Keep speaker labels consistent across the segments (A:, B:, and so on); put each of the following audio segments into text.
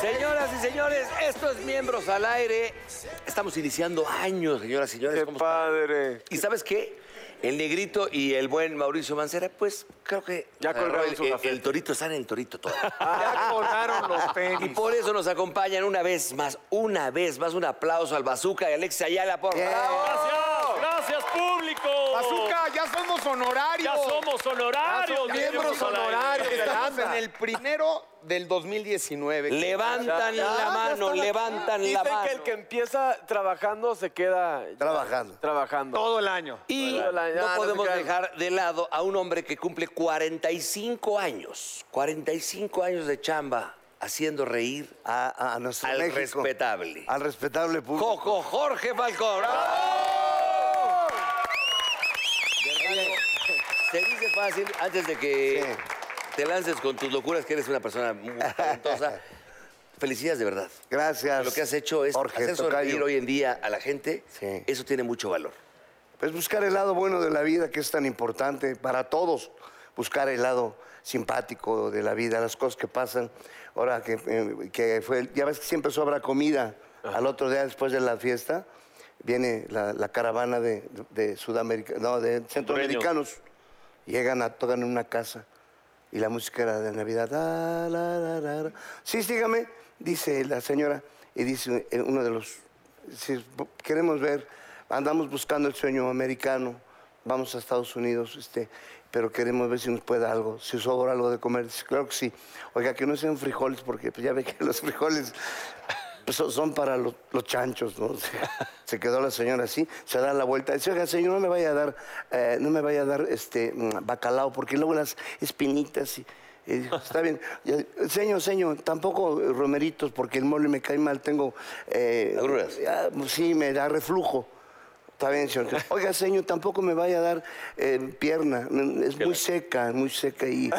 A: Señoras y señores, esto es Miembros al Aire. Estamos iniciando años, señoras y señores.
B: ¡Qué
A: ¿Cómo están?
B: padre!
A: ¿Y sabes qué? El negrito y el buen Mauricio Mancera, pues creo que
B: Ya
A: agarró
B: colgaron
A: el,
B: su
A: el-
B: gafete.
A: el torito, están en el torito todo.
B: Ya colgaron los
A: Y
B: tenis.
A: por eso nos acompañan una vez más, una vez más, un aplauso al Bazooka y Alexis Ayala, por favor.
C: Gracias, gracias público.
D: Azúcar, ya somos honorarios.
C: Ya somos honorarios.
D: Somos miembros
C: al aire.
D: honorarios. Estamos en
B: Anda.
D: el primero del 2019.
A: Levantan
E: Ah,
A: la mano, levantan la
F: Dicen
A: mano.
F: que el que empieza trabajando se queda
D: Trabajando.
F: trabajando.
B: Todo el año.
A: Y
F: Bueno, la- ya,
A: no
F: no
A: podemos
F: se crean.
A: dejar de lado a un hombre que cumple 45 años, 45 años de chamba haciendo reír
G: a, a nuestro
A: al
G: México.
A: respetable.
G: Al respetable público.
A: Coco Jorge Falcón. ¿Verdad? Se dice fácil antes de que te lances con tus locuras, que eres una persona muy talentosa. Felicidades de verdad.
G: Gracias.
A: Lo que has hecho es
G: Jorge,
A: hacer
G: tocayo.
A: sonreír hoy en día a la gente.
G: Sí.
A: Eso tiene mucho valor.
G: Pues buscar el lado bueno de la vida, que es tan importante para todos. Buscar el lado simpático de la vida, las cosas que pasan. Ahora que, eh, que fue, ya ves que siempre sobra comida. Al otro día, después de la fiesta, viene la, la caravana de, de Sudamérica, no, de centroamericanos. Llegan a tocar en una casa y la música era de Navidad. La, la, la, la, la. Sí, sígame, dice la señora, y dice eh, uno de los, "Sí, bu- queremos ver, andamos buscando el sueño americano, vamos a Estados Unidos, este, pero queremos ver si nos puede dar algo, si sobra algo de comer. Dice, claro que sí. Oiga, que no sean frijoles, porque pues, ya ve que los frijoles pues, son- son para los, los chanchos, ¿no? Se, se quedó la señora así, se da la vuelta. Dice, oiga, señor, no me vaya a dar, eh, no me vaya a dar este mm, bacalao, porque luego las espinitas y. y dijo, está bien. Ya, Señor, señor, tampoco eh, romeritos, porque el mole me cae mal, tengo. eh,
A: Agruras.
G: ah, sí, me da reflujo. Está bien, señor. Oiga, señor, tampoco me vaya a dar eh, pierna. Es muy seca, muy seca. Y,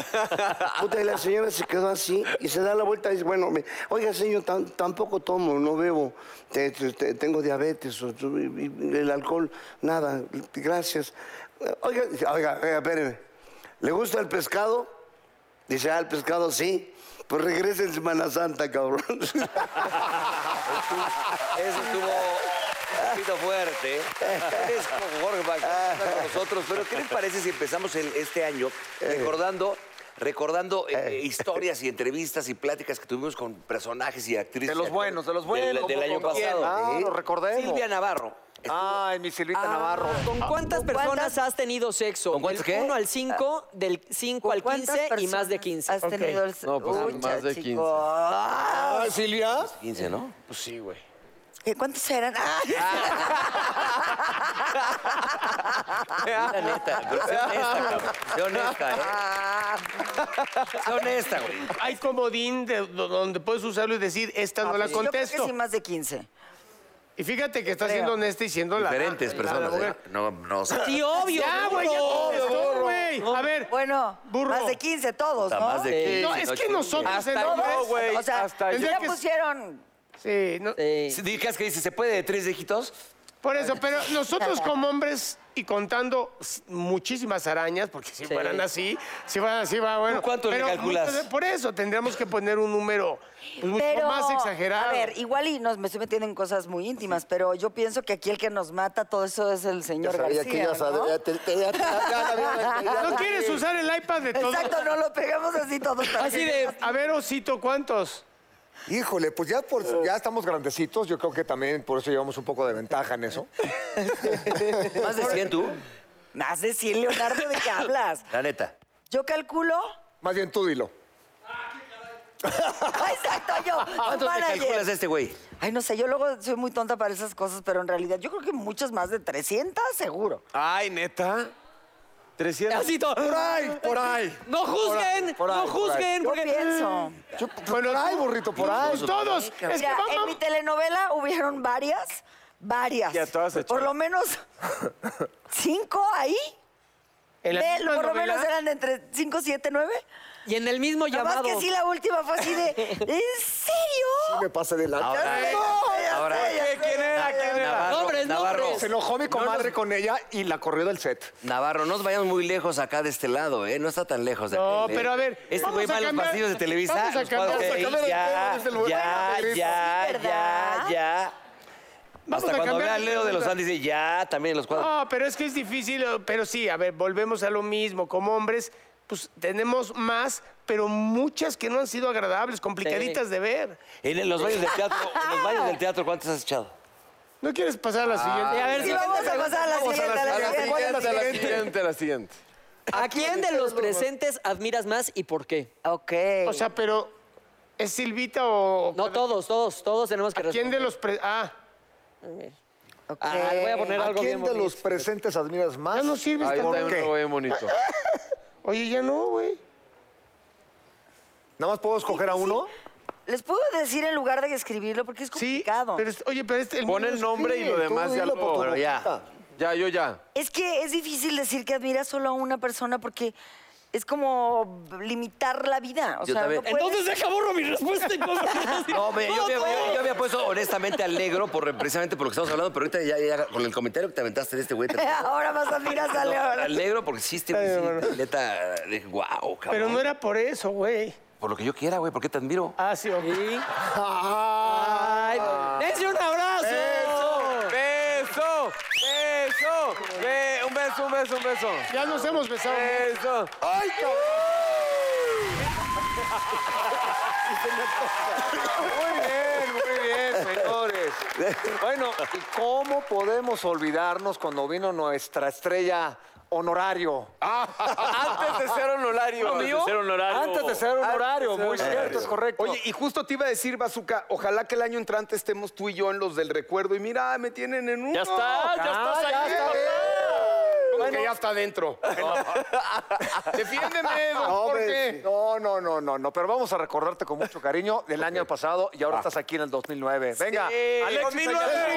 G: puta, y la señora se quedó así y se da la vuelta y dice, bueno, me- oiga, señor, tam- tampoco tomo, no bebo. Te- te- te- tengo diabetes, o- o- y- y el alcohol, nada, gracias. Eh, Oiga, dice, oiga, oiga, espéreme. ¿Le gusta el pescado? Dice, ah, el pescado sí. Pues regrese en Semana Santa, cabrón.
A: Eso estuvo un poquito fuerte. Es como Jorge
G: Ah.
A: Balcón está con nosotros. Pero ¿qué les parece si empezamos el- este año recordando, recordando eh, historias y entrevistas y pláticas que tuvimos con personajes y actrices?
B: De los
A: y actores
B: buenos, de los
H: Pues
A: del-
B: buenos.
A: Del, año
B: ¿Con quién?
A: pasado.
B: Ah,
A: Sí.
B: lo recordemos.
A: Silvia Navarro.
B: Ay, mi Silvita Navarro.
I: Ah,
B: Ah.
I: ¿Con cuántas personas has tenido sexo?
A: ¿Con cuántas
I: del
A: qué?
I: 1 al 5, del 5 al 15 y más de 15.
J: Has tenido el...
F: No, pues,
J: Uy,
F: más de 15.
J: chico.
D: Ah, Silvia.
A: 15, ¿no?
F: Pues sí, güey.
J: ¿Qué- ¿Cuántos eran? Ah,
A: La neta, pero sé honesta, cabrón. Sé honesta, ¿eh?
J: ah,
A: Sé honesta, güey.
E: Hay comodín de- do- donde puedes usarlo y decir, esta no la
J: Ah, pues, yo creo que
E: contesto.
J: sí, más de 15.
E: Y fíjate que está
J: creo.
E: siendo honesta y siendo la.
A: Diferentes
E: la-
A: personas,
E: la
A: ¿eh?
E: mujer.
A: No, no.
I: Sí, obvio.
E: Ya, güey, ya
I: burro.
E: contestó, güey. A ver.
J: Bueno,
E: burro.
J: más de 15 todos, ¿no?
A: Más de 15,
E: No, es que nosotros.
F: Hasta
E: ¿no?
F: yo,
E: ¿Ves?
F: güey.
J: O sea,
F: hasta
E: yo.
J: ya pusieron...
E: Sí, no-
I: Sí.
A: Sí, ¿Qué es que dice? ¿Se puede de tres dígitos?
E: Por eso, pero nosotros como hombres y contando s- muchísimas arañas, porque si
I: Sí.
E: fueran así, si fueran así, va bueno.
A: ¿Tú cuánto le
E: Pero
A: calculas?
E: muchas veces- Por eso tendríamos que poner un número pues, mucho
J: Pero,
E: más exagerado.
J: A ver, igual y nos me estoy metiendo en cosas muy íntimas, pero yo pienso que aquí el que nos mata todo eso es el
G: Ya
J: señor
G: sabía
J: García.
G: que ya
J: ¿no?
G: sabía. ya te- te- ya te- ya la había- ya
E: ¿No
G: la-
E: quieres usar el iPad de todos?
J: Exacto, no lo pegamos así todos. para
E: Así
J: que-
E: de, a ver, Osito, ¿cuántos?
B: Híjole, pues ya, por, ya estamos grandecitos. Yo creo que también por eso llevamos un poco de ventaja en eso.
A: ¿Más de 100 tú?
J: Más de 100, Leonardo, ¿de qué hablas?
A: La neta.
J: Yo calculo...
B: Más bien tú dilo.
J: Exacto, yo. su
K: Ah,
A: ¿Cuánto te
J: manager.
A: calculas a este güey?
J: Ay, no sé, yo luego soy muy tonta para esas cosas, pero en realidad yo creo que muchos más de 300, seguro.
F: Ay, neta. 300.
I: Así todo.
B: ahí, por ahí.
I: No juzguen,
B: por ahí,
I: no
B: por ahí.
I: juzguen.
J: Yo
I: porque-
J: pienso.
B: Yo- por ahí, burrito, por ahí.
E: Todos. Es que
J: Mira, en
E: vamos.
J: mi telenovela hubieron varias, varias.
F: Y a todas se
J: Por
F: echó.
J: lo menos cinco ahí.
E: En la
J: Ve,
E: misma
J: por lo
E: novela,
J: menos eran de entre 5, 7, 9.
I: Y en el mismo
J: Además
I: llamado.
J: que sí, la última fue así de, ¿en serio?
B: Me pasé de la...
A: Ahora,
J: Ya sé, ya sé,
A: ahora,
J: ya sé.
F: ¿Quién era? ¿Quién era?
A: Navarro,
I: No, hombre, nombres,
A: Navarro.
I: nombres.
B: Se enojó mi comadre con ella y la corrió del set.
A: Navarro, no nos vayamos muy lejos acá de este lado, ¿eh? No está tan lejos de
E: No,
A: aquel, ¿eh?
E: pero a ver,
A: Este
E: vamos
A: güey
E: a
A: va a los
E: cambiar-
A: pasillos de Televisa.
E: vamos a
A: los cuadros
E: cambiar-
A: de
E: vamos a
A: Televisa.
E: cambiar el
A: Ya, ya, Ah, ya,
J: Sí,
A: ya,
J: ¿verdad?
A: ya.
E: Vamos
A: Hasta
E: a
A: cuando vea
E: cambiar Ah.
A: a
E: el
A: Leo de los
E: tema.
A: Andes dice, ya, también en los cuadros.
E: No, pero es que es difícil, eh, pero sí, a ver, volvemos a lo mismo. Como hombres, pues tenemos más, pero muchas que no han sido agradables, complicaditas de ver.
A: En el- los baños del teatro, en los baños del teatro, ¿cuántas has echado?
E: ¿No quieres pasar a la siguiente?
I: A ver,
J: Sí, vamos a pasar a la siguiente. a la siguiente.
F: A la siguiente, a la siguiente.
I: ¿a quién de los presentes admiras más y por qué?
J: Ok.
E: O sea, pero ¿es Silvita o
I: No todos, todos, todos tenemos que
E: quién
I: responder.
E: de los pre- ah,
J: ok.
I: Ah, le voy a poner
B: ¿A
I: algo bien
B: quién de
I: bonito.
B: los presentes admiras más?
E: ya no sirve
F: Ahí
E: esta
F: está
E: madre.
F: uno bien bonito.
E: Oye, ya no, güey.
B: ¿Nada más puedo escoger a uno?
J: Les puedo decir en lugar de escribirlo porque es
E: Sí,
J: complicado.
E: pero es- oye, pero este el
F: Pon
E: mío
F: el
E: es-
F: nombre y lo
B: tú
F: demás ya
B: dilo
F: lo...
B: por tu
F: Pero ya.
B: boquita.
F: Ya, yo ya.
J: Es que es difícil decir que admiras solo a una persona porque es como limitar la vida. O
A: Yo
J: sea,
A: también.
J: no puedes-
I: Entonces deja borro mi respuesta y cosas.
A: No, ve, yo, había- yo- yo había puesto honestamente al negro por, precisamente por lo que estamos hablando, pero ahorita ya, ya con el comentario que te aventaste de este güey. te-
J: Ahora vas a admirar a
A: Al
J: León.
A: negro porque sí, este güey, sí, neta, dije, wow, cabrón.
E: Pero no era por eso, güey.
A: Por lo que yo quiera, güey, porque te admiro.
E: Ah, sí, ok.
I: Ay, dense un abrazo.
F: ¡Beso! ¡Beso! Be- un beso, un beso, un beso.
E: Ya nos hemos besado.
F: ¡Beso!
B: Muy bien, muy bien, señores. Bueno, ¿y cómo podemos olvidarnos cuando vino nuestra estrella honorario?
A: Ah,
F: Antes de ser honorario. Antes de ser honorario.
B: Antes de ser honorario, muy cierto, es correcto.
D: Oye, y justo te iba a decir, Bazooka, ojalá que el año entrante estemos tú y yo en los del recuerdo. Y mira, me tienen en uno.
C: Ya está, ya estás
B: Ah, ya
C: aquí.
B: está
C: papá.
D: Como que ya está dentro. Defiéndeme, don
B: No,
D: Jorge.
B: hombre, no, no, no, no, no, pero vamos a recordarte con mucho cariño del año pasado y ahora estás aquí en el 2009. Venga, Alexis
D: 2009.
B: Ayala.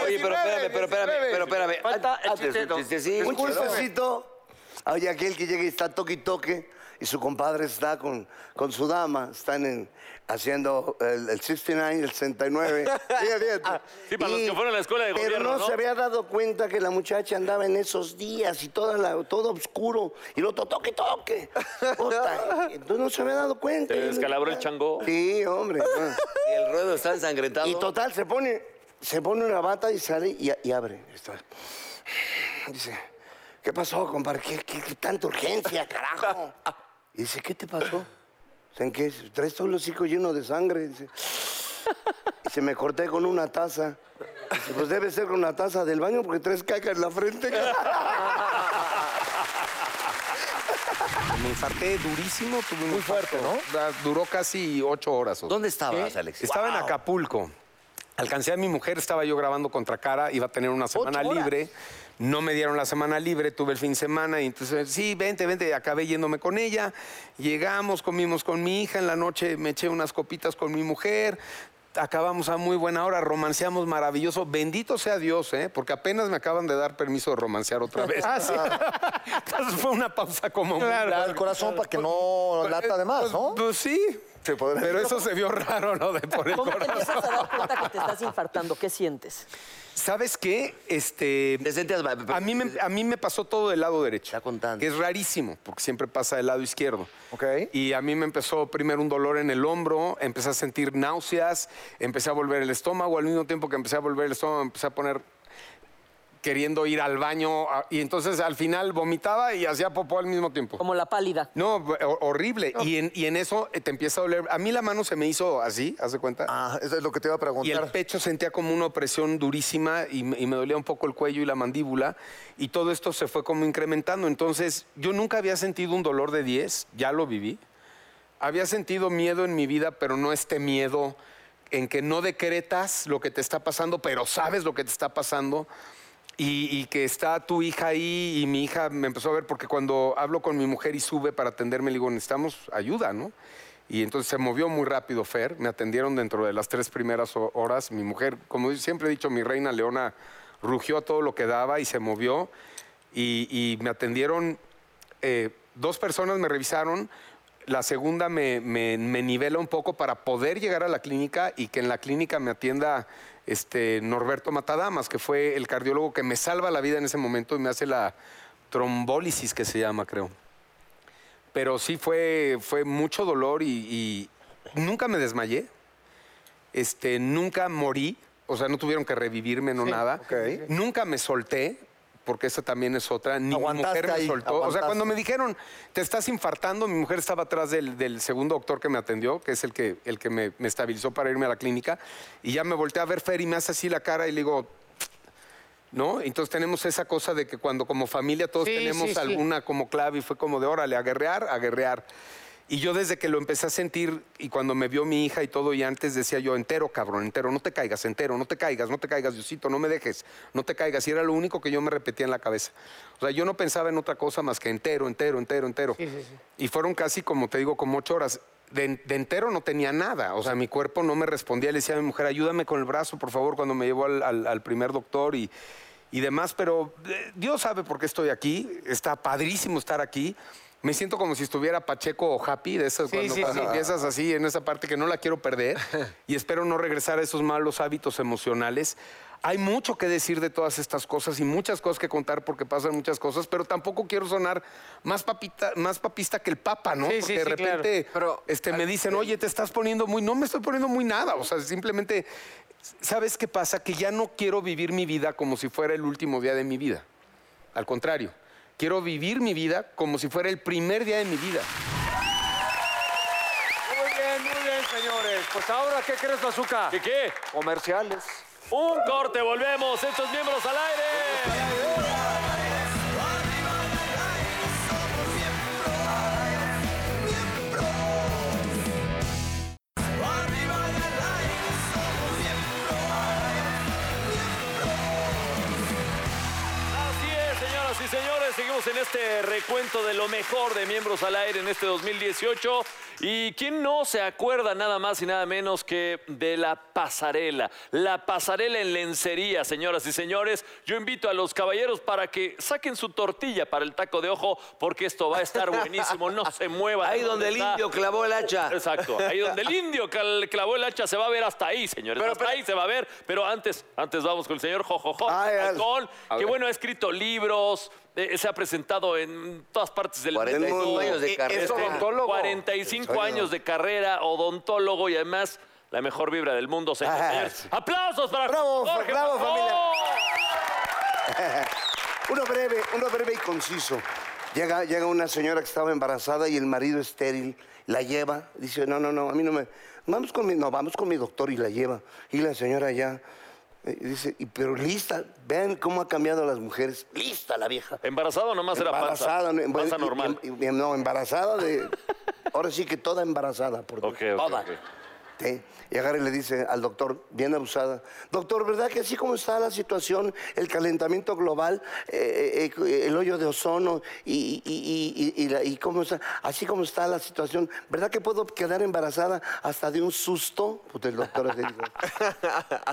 D: 2009.
A: Oye, pero espérame, pero espérame, pero espérame.
B: Falta el
A: Antes,
B: chistecito.
A: un chistecito.
G: Un chistecito. Hay aquel que llega y está toque y toque y su compadre está con, con su dama, están en- haciendo el, el 69, el 69. Fíjate, fíjate.
C: Sí, para los
G: Y-
C: que fueron a la escuela de
G: Pero
C: gobierno,
G: no,
C: ¿no?
G: se había dado cuenta que la muchacha andaba en esos días y toda la- todo oscuro y lo to- toque, toque. Puta, entonces no se había dado cuenta.
C: Se descalabró el chango.
G: Sí, hombre. ah.
A: Y el ruedo está ensangrentado.
G: Y total, se pone, se pone una bata y sale y, y abre. Está. Dice, ¿qué pasó, compadre? ¿Qué, qué, qué tanta urgencia, carajo? Y dice, ¿qué te pasó? ¿En qué? Traes todo el hocico lleno de sangre. Dice, dice, me corté con una taza. Dice, pues debe ser con una taza del baño porque traes caca en la frente.
D: Me infarté durísimo. Tuve Muy fuerte, ¿no? Duró casi ocho horas. o
A: ¿Dónde estabas, Alexis?
D: Estaba en
A: Wow.
D: Acapulco. Alcancé a mi mujer, estaba yo grabando contra cara, iba a tener una semana libre. No me dieron la semana libre, tuve el fin de semana y entonces, sí, vente, vente, acabé yéndome con ella. Llegamos, comimos con mi hija, en la noche me eché unas copitas con mi mujer. Acabamos a muy buena hora, romanceamos maravilloso. Bendito sea Dios, ¿eh? porque apenas me acaban de dar permiso de romancear otra vez. Entonces fue una pausa como muy
B: Claro, el corazón para que no lata de más, ¿no?
D: Pues sí,
B: Se podrá-
D: pero eso se vio raro, ¿no? De por el
I: ¿Cómo te
D: corazón.
I: empiezas a dar cuenta que te estás infartando? ¿Qué sientes?
D: ¿Sabes qué? Este,
A: Te sentías mal, pero-
D: a, mí me, a mí me pasó todo del lado derecho.
A: Está contando.
D: Que es rarísimo, porque siempre pasa del lado izquierdo.
B: Ok.
D: Y a mí me empezó primero un dolor en el hombro, empecé a sentir náuseas, empecé a volver el estómago, al mismo tiempo que empecé a volver el estómago, empecé a poner queriendo ir al baño a- y entonces al final vomitaba y hacía popó al mismo tiempo.
I: Como la pálida.
D: No, ho- horrible. Y, en, y en eso eh, te empieza a doler. A mí la mano se me hizo así, ¿haz de cuenta?
B: Ah, eso es lo que te iba a
D: Y el
B: preguntar.
D: pecho sentía como una opresión durísima y, me- y me dolía un poco el cuello y la mandíbula. Y todo esto se fue como incrementando. Entonces, yo nunca había sentido un dolor de 10, ya lo viví. Había sentido miedo en mi vida, pero no este miedo en que no decretas lo que te está pasando, pero sabes lo que te está pasando. Y, y que está tu hija ahí y mi hija me empezó a ver porque cuando hablo con mi mujer y sube para atenderme, le digo, necesitamos ayuda, ¿no? Y entonces se movió muy rápido Fer, me atendieron dentro de las tres primeras ho- horas, mi mujer, como siempre he dicho, mi reina Leona rugió a todo lo que daba y se movió y, y me atendieron, eh, dos personas me revisaron, la segunda me, me- me nivela un poco para poder llegar a la clínica y que en la clínica me atienda este, Norberto Matadamas, que fue el cardiólogo que me salva la vida en ese momento y me hace la trombólisis que se llama, creo. Pero sí fue, fue mucho dolor y, y nunca me desmayé. Este, nunca morí, o sea, no tuvieron que revivirme, no nada.
G: ok.
D: Nunca me solté, porque esa también es otra. Ni mi
G: Aguantaste
D: mujer me
G: ahí,
D: soltó. O sea,
G: aguantaste.
D: cuando me dijeron, te estás infartando, mi mujer estaba atrás del, del segundo doctor que me atendió, que es el que, el que me, me estabilizó para irme a la clínica, y ya me volteé a ver Fer y me hace así la cara y le digo, ¿no? Entonces tenemos esa cosa de que cuando como familia todos
E: Sí,
D: tenemos
E: sí, sí.
D: alguna como clave y fue como de órale, a guerrear, a guerrear. Y yo desde que lo empecé a sentir y cuando me vio mi hija y todo y antes decía yo, entero, cabrón, entero, no te caigas, entero, no te caigas, no te caigas, Diosito, no me dejes, no te caigas. Y era lo único que yo me repetía en la cabeza. O sea, yo no pensaba en otra cosa más que entero, entero, entero, entero. Y fueron casi, como te digo, como ocho horas. De, de entero no tenía nada, o sea, mi cuerpo no me respondía. Le decía a mi mujer, ayúdame con el brazo, por favor, cuando me llevó al- al- al primer doctor y, y demás, pero eh, Dios sabe por qué estoy aquí. Está padrísimo estar aquí. Me siento como si estuviera Pacheco o Happy, de esas
E: Sí,
D: cuando,
E: sí,
D: cuando
E: sí.
D: empiezas así en esa parte que no la quiero perder y espero no regresar a esos malos hábitos emocionales. Hay mucho que decir de todas estas cosas y muchas cosas que contar porque pasan muchas cosas, pero tampoco quiero sonar más papita, más papista que el papa, Ah, ¿no?
E: Sí, sí,
D: porque de
E: sí, claro.
D: repente
F: Pero-
D: este, me dicen, oye, te estás poniendo muy. No me estoy poniendo muy nada. O sea, simplemente, ¿sabes qué pasa? Que ya no quiero vivir mi vida como si fuera el último día de mi vida. Al contrario, quiero vivir mi vida como si fuera el primer día de mi vida.
B: Muy bien, muy bien, señores. Pues ahora, ¿qué crees, Bazooka?
C: ¿Qué qué?
B: Comerciales.
C: Un corte, volvemos. Estos miembros al aire. Así es, señoras y señores, seguimos en este recuento de lo mejor de miembros al aire en este 2018. ¿Y quién no se acuerda nada más y nada menos que de la pasarela? La pasarela en lencería, señoras y señores. Yo invito a los caballeros para que saquen su tortilla para el taco de ojo, porque esto va a estar buenísimo. No se mueva.
A: Ahí donde el indio clavó el hacha.
C: Exacto. Ahí donde el indio cal- clavó el hacha se va a ver hasta ahí, señores. hasta ahí se va a ver. Pero antes, antes vamos con el señor Jojojo
G: Ay, al-
C: Falcón, que bueno, ha escrito libros, eh, se ha presentado en todas partes del
A: 45
C: mundo.
A: años de
C: Eh,
A: carrera.
C: es odontólogo. 45 años de carrera, odontólogo y además la mejor vibra del mundo, señores.
G: Ah,
C: Señores,
G: sí.
C: ¡Aplausos para
G: Bravo,
C: Jorge
G: bravo,
C: Falcón!
G: Uno breve, uno breve y conciso. Llega, llega una señora que estaba embarazada y el marido estéril la lleva. Dice, no, no, no, a mí no me... Vamos con mi, no, vamos con mi doctor y la lleva. Y la señora ya eh, dice, "Y, pero lista, vean cómo ha cambiado las mujeres. Lista la vieja.
C: Embarazado nomás era panza.
G: Embarazada, no,
C: Panza
G: em-
C: normal.
G: em- em- no, embarazada de... Ahora sí que toda embarazada. Por Dios,
C: Ok, ok,
G: toda.
C: ok.
G: Sí. Y agarra y le dice al doctor, bien abusada, doctor, ¿verdad que así como está la situación, el calentamiento global, eh, eh, eh, el hoyo de ozono y, y- y- y- y la- y cómo está, así como está la situación, ¿verdad que puedo quedar embarazada hasta de un susto? Pues el doctor así dijo,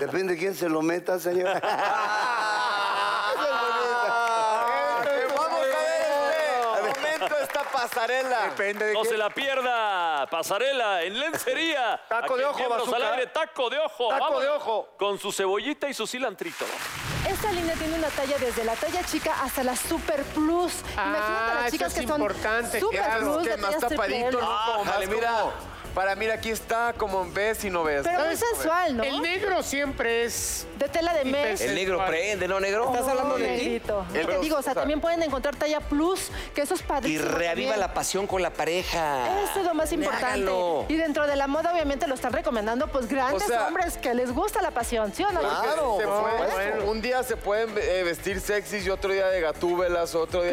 G: depende de quién se lo meta, señora. Esa es bonita.
F: ¡Ah! Vamos a ver este momento, esta pasarela.
B: Depende de
C: No
B: quién.
C: se la pierda, pasarela en lencería.
B: Taco
C: Aquí
B: de
C: en
B: ojo,
C: Miembros al
B: bazooka.
C: aire, taco de ojo.
B: Taco
C: vámonos.
B: de ojo.
C: Con su cebollita y su cilantrito.
L: Esta línea tiene una talla desde la talla chica hasta la super plus. Imagínate
E: Ah,
L: las chicas
E: eso es
L: que son
E: importante,
L: super
E: claro.
L: plus, de
E: Este
L: tallas triple L.
F: Ah, Jale, mira. Para, mira, aquí está como ves y no ves.
L: Pero muy
E: ¿Sabes?
L: sensual, ¿no?
E: El negro siempre es.
L: De tela de mes.
A: El negro prende, ¿no, negro?
L: Estás hablando de Te digo, o sea, también pueden encontrar talla plus, que eso es
A: Y
L: padrísimo.
A: reaviva
L: también.
A: la pasión con la pareja.
L: Eso es lo más importante.
A: Hágalo.
L: Y dentro de la moda, obviamente, lo están recomendando pues grandes
F: O sea-
L: hombres que les gusta la pasión, ¿sí o no?
F: Claro. Se
E: por
F: pueden-
E: supuesto.
F: Un día se pueden eh, vestir sexys y otro día de gatúbelas, otro día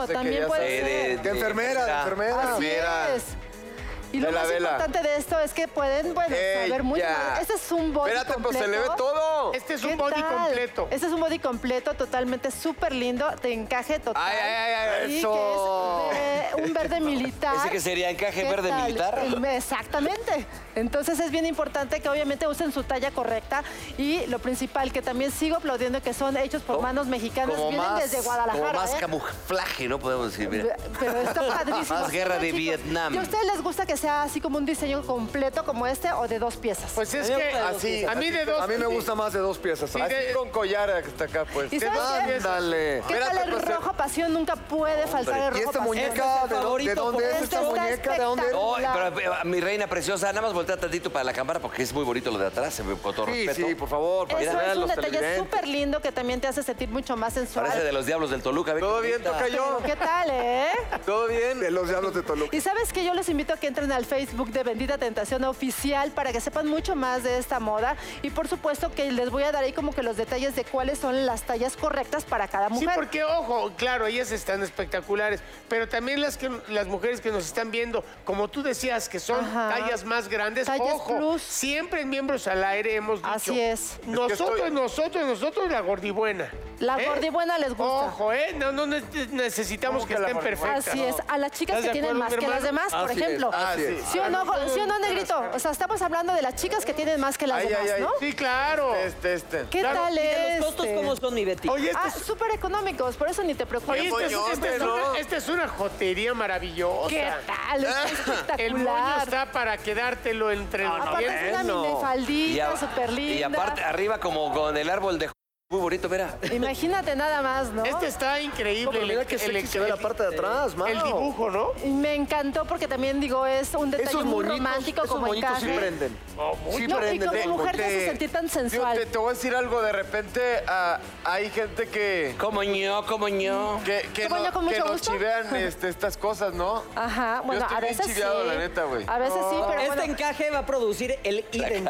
F: de no sé qué,
L: también
F: ya
L: puede
F: sabes.
L: ser.
G: De enfermera, de enfermera.
L: Así
F: Mira.
L: es. Y lo
F: Vela,
L: más
F: vela.
L: importante de esto es que pueden, bueno, saber mucho.
F: Ella.
L: más. Este es un body
F: Espérate,
L: completo.
F: pues se le ve todo.
E: Este es
L: ¿Qué
E: un body
L: tal?
E: completo.
L: Este es un body completo, totalmente súper lindo, de encaje total.
F: Ay, ay, ay, ay,
L: Y
F: eso.
L: que es de un verde militar.
A: ¿Ese que sería encaje
L: ¿Qué
A: verde
L: tal?
A: militar?
L: El- Exactamente. Entonces es bien importante que obviamente usen su talla correcta y lo principal que también sigo aplaudiendo que son hechos
F: Oh,
L: por manos mexicanas,
A: Como
L: vienen
A: más,
L: desde
A: como
L: Guadalajara.
A: más
L: ¿eh?
A: camuflaje, ¿no? Podemos decir, mira.
L: Pero está padrísimo.
A: Más guerra de
L: Chicos,
A: Vietnam.
L: ¿Y a ustedes les gusta que sea así como un diseño completo como este o de dos piezas?
E: Pues es que así, a mí de dos.
B: A mí me gusta más de dos piezas.
E: Sí,
B: así
E: de-
B: con collar hasta acá, pues.
L: ¿Y
B: De
L: sabes
B: dos
L: qué?
B: piezas. Ándale.
L: ¿Qué tal el rojo pasión? Nunca puede faltar el
B: ¿Y
L: rojo
B: esta
L: pasión.
B: muñeca? ¿De, dó- de dónde es
L: Este
B: esta
L: está
B: muñeca? ¿De dónde es?
A: No, pero eh, mi reina preciosa, nada más voltea tantito para la cámara porque es muy bonito lo de atrás, se ve- con todo
B: Sí,
A: respeto.
B: sí, por favor. para que
L: Eso
B: vean
L: es un
B: los
L: detalle
B: televidentes.
L: súper lindo que también te hace sentir mucho más sensual.
A: Parece de los diablos del Toluca. Todo bien,
L: Pero, ¿Qué tal, eh?
B: ¿Todo bien? De los diablos de Toluca.
L: Y sabes que yo los invito a que entren al Facebook de Bendita Tentación Oficial para que sepan mucho más de esta moda. Y por supuesto que les voy a dar ahí como que los detalles de cuáles son las tallas correctas para cada
E: Sí,
L: mujer.
E: porque ojo, claro, ellas están espectaculares, pero también las que las mujeres que nos están viendo, como tú decías, que son
L: Ajá.
E: tallas más grandes,
L: Tallas
E: ojo,
L: plus.
E: siempre en miembros al aire hemos dicho.
L: Así es.
E: Nosotros, nosotros, nosotros la gordibuena.
L: La
E: ¿eh?
L: gordibuena les gusta.
E: Ojo, eh, no, no ne- necesitamos que, estén perfectas.
L: Así es, a las chicas que
E: ¿Estás de
L: tienen más
E: acuerdo, mi
L: que las
E: hermano?
L: demás, por
E: Así es,
L: ejemplo.
E: así es.
L: ¿Sí o no,
E: Ah,
L: ¿Sí o no,
E: no,
L: Negrito? O sea, estamos hablando de las chicas que tienen más que las
B: Ay,
L: demás,
B: ay, ay.
L: ¿no?
E: Sí, claro.
B: Este, este.
L: ¿Qué
E: Claro,
L: tal
I: ¿Y
L: es?
I: de los costos cómo son, mi Betty?
E: Oye, este
L: Ah,
E: es-
L: súper económicos, por eso ni te preocupes.
E: Oye, esta es, esta es una, esta es una jotería maravillosa.
L: ¿Qué tal? Está espectacular.
E: El moño está para quedártelo entre los
L: Aparte es una
E: dientes.
L: mini
A: Y, a-
L: faldita súper linda.
A: y aparte, arriba como con el árbol de... Muy bonito, mira.
L: Imagínate nada más, ¿no?
E: Este está increíble.
B: No, pero
E: el-
B: mira que
E: el-
B: sexy
E: el-
B: se ve la parte de atrás, mano.
E: El dibujo, ¿no?
L: Y me encantó porque también digo, es un detalle
B: Esos
L: muy
B: moñitos,
L: romántico
B: esos
L: como
B: moñitos sí
L: encaje.
B: prenden.
A: Oh,
L: Sí No, y prenden, como ¿eh? mujer te hace sentir tan sensual.
M: Yo te, te voy a decir algo, de repente ah, hay gente que...
A: Como ño, como ño.
M: Que, que,
L: Como
M: no-
L: yo, con mucho
M: que nos
L: gusto.
M: chivean este, estas cosas, ¿no?
L: Ajá,
M: Yo
L: bueno,
M: estoy
L: a
M: bien
L: veces
M: chiveado,
L: sí.
M: la neta, güey.
L: A veces sí, pero
I: Este
L: bueno.
I: encaje va a producir el idem.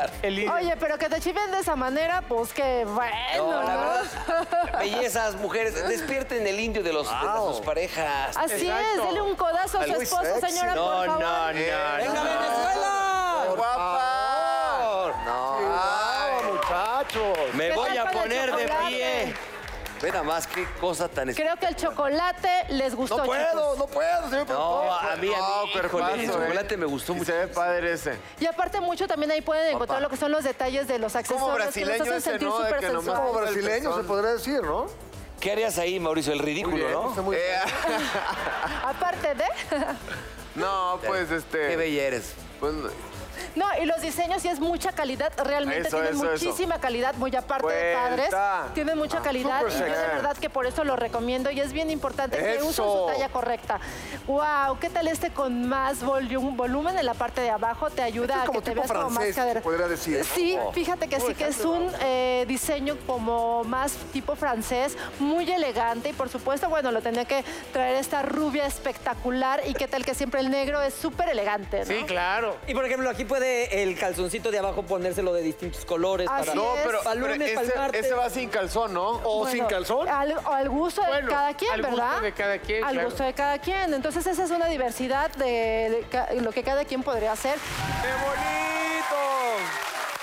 L: Oye, pero que te chiven de esa manera, pues que bueno,
A: No,
L: ¿no?
A: la verdad, bellezas, mujeres, despierten el indio de, los, de sus parejas.
L: Así es, dele un codazo a su
A: Muy
L: esposo,
A: sexy.
L: señora,
A: No,
L: por favor.
A: no, no,
I: ¡Venga, Venezuela!
B: ¡Guapa! ¡No! muchachos!
A: Me
L: ¿Qué
A: voy
L: tal
A: a
L: con el
A: poner de
L: chocolate?
A: pie. Ve nada más qué cosa tan... es-
L: Creo que el chocolate les gustó,
B: ¡No puedo!
L: chicos.
B: ¡No puedo! señor
A: No, a mí, a mí,
M: No,
A: híjole, el
M: cuerpazo,
A: chocolate me gustó
M: Y
A: mucho.
M: se ve padre ese.
L: Y aparte mucho también ahí pueden encontrar lo que son los detalles de los accesorios que
M: brasileño
L: los hacen
M: ese,
L: sentir
M: ¿no? De
L: súper
M: que nomás-
L: sensuales.
B: Como brasileño se podría decir, ¿no?
A: ¿Qué harías ahí, Mauricio? El ridículo, ¿no? Eh,
B: Está muy bien.
L: Aparte de...
M: No, pues este...
A: Qué bella eres.
M: pues,
L: No, y los diseños sí es mucha calidad, realmente
M: Eso,
L: tienen
M: eso, eso.
L: muchísima calidad, muy aparte de padres,
B: Vuelta.
L: tienen mucha calidad
B: Súper
L: y yo de
B: sexy.
L: verdad que por eso lo recomiendo y es bien importante que
B: Eso.
L: usen su talla correcta. Wow, ¿qué tal este con más volum- volumen en la parte de abajo? Te ayuda
B: Este es
L: a
B: como
L: que te
B: tipo
L: veas como más
B: francés,
L: cadera.
B: podría decir, ¿no?
L: Sí, fíjate que sí que es un eh, diseño como más tipo francés, muy elegante y por supuesto, bueno, lo tenía que traer esta rubia espectacular y qué tal que siempre el negro es súper elegante, ¿no?
E: Sí, claro.
I: Y por ejemplo, aquí puede el calzoncito de abajo ponérselo de distintos colores.
L: Así
I: para...
L: No, es. pero-
I: Para lunes, para el
M: ese,
I: martes.
M: ese va sin calzón, ¿no?
B: ¿O
L: Bueno,
B: sin calzón?
L: Al, o al gusto
E: Bueno,
L: de cada quien,
E: al gusto
L: ¿verdad?
E: de cada quien,
L: Al
E: claro.
L: gusto de cada quien. Entonces, esa es una diversidad de, de ca- lo que cada quien podría hacer.
D: ¡Qué bonito!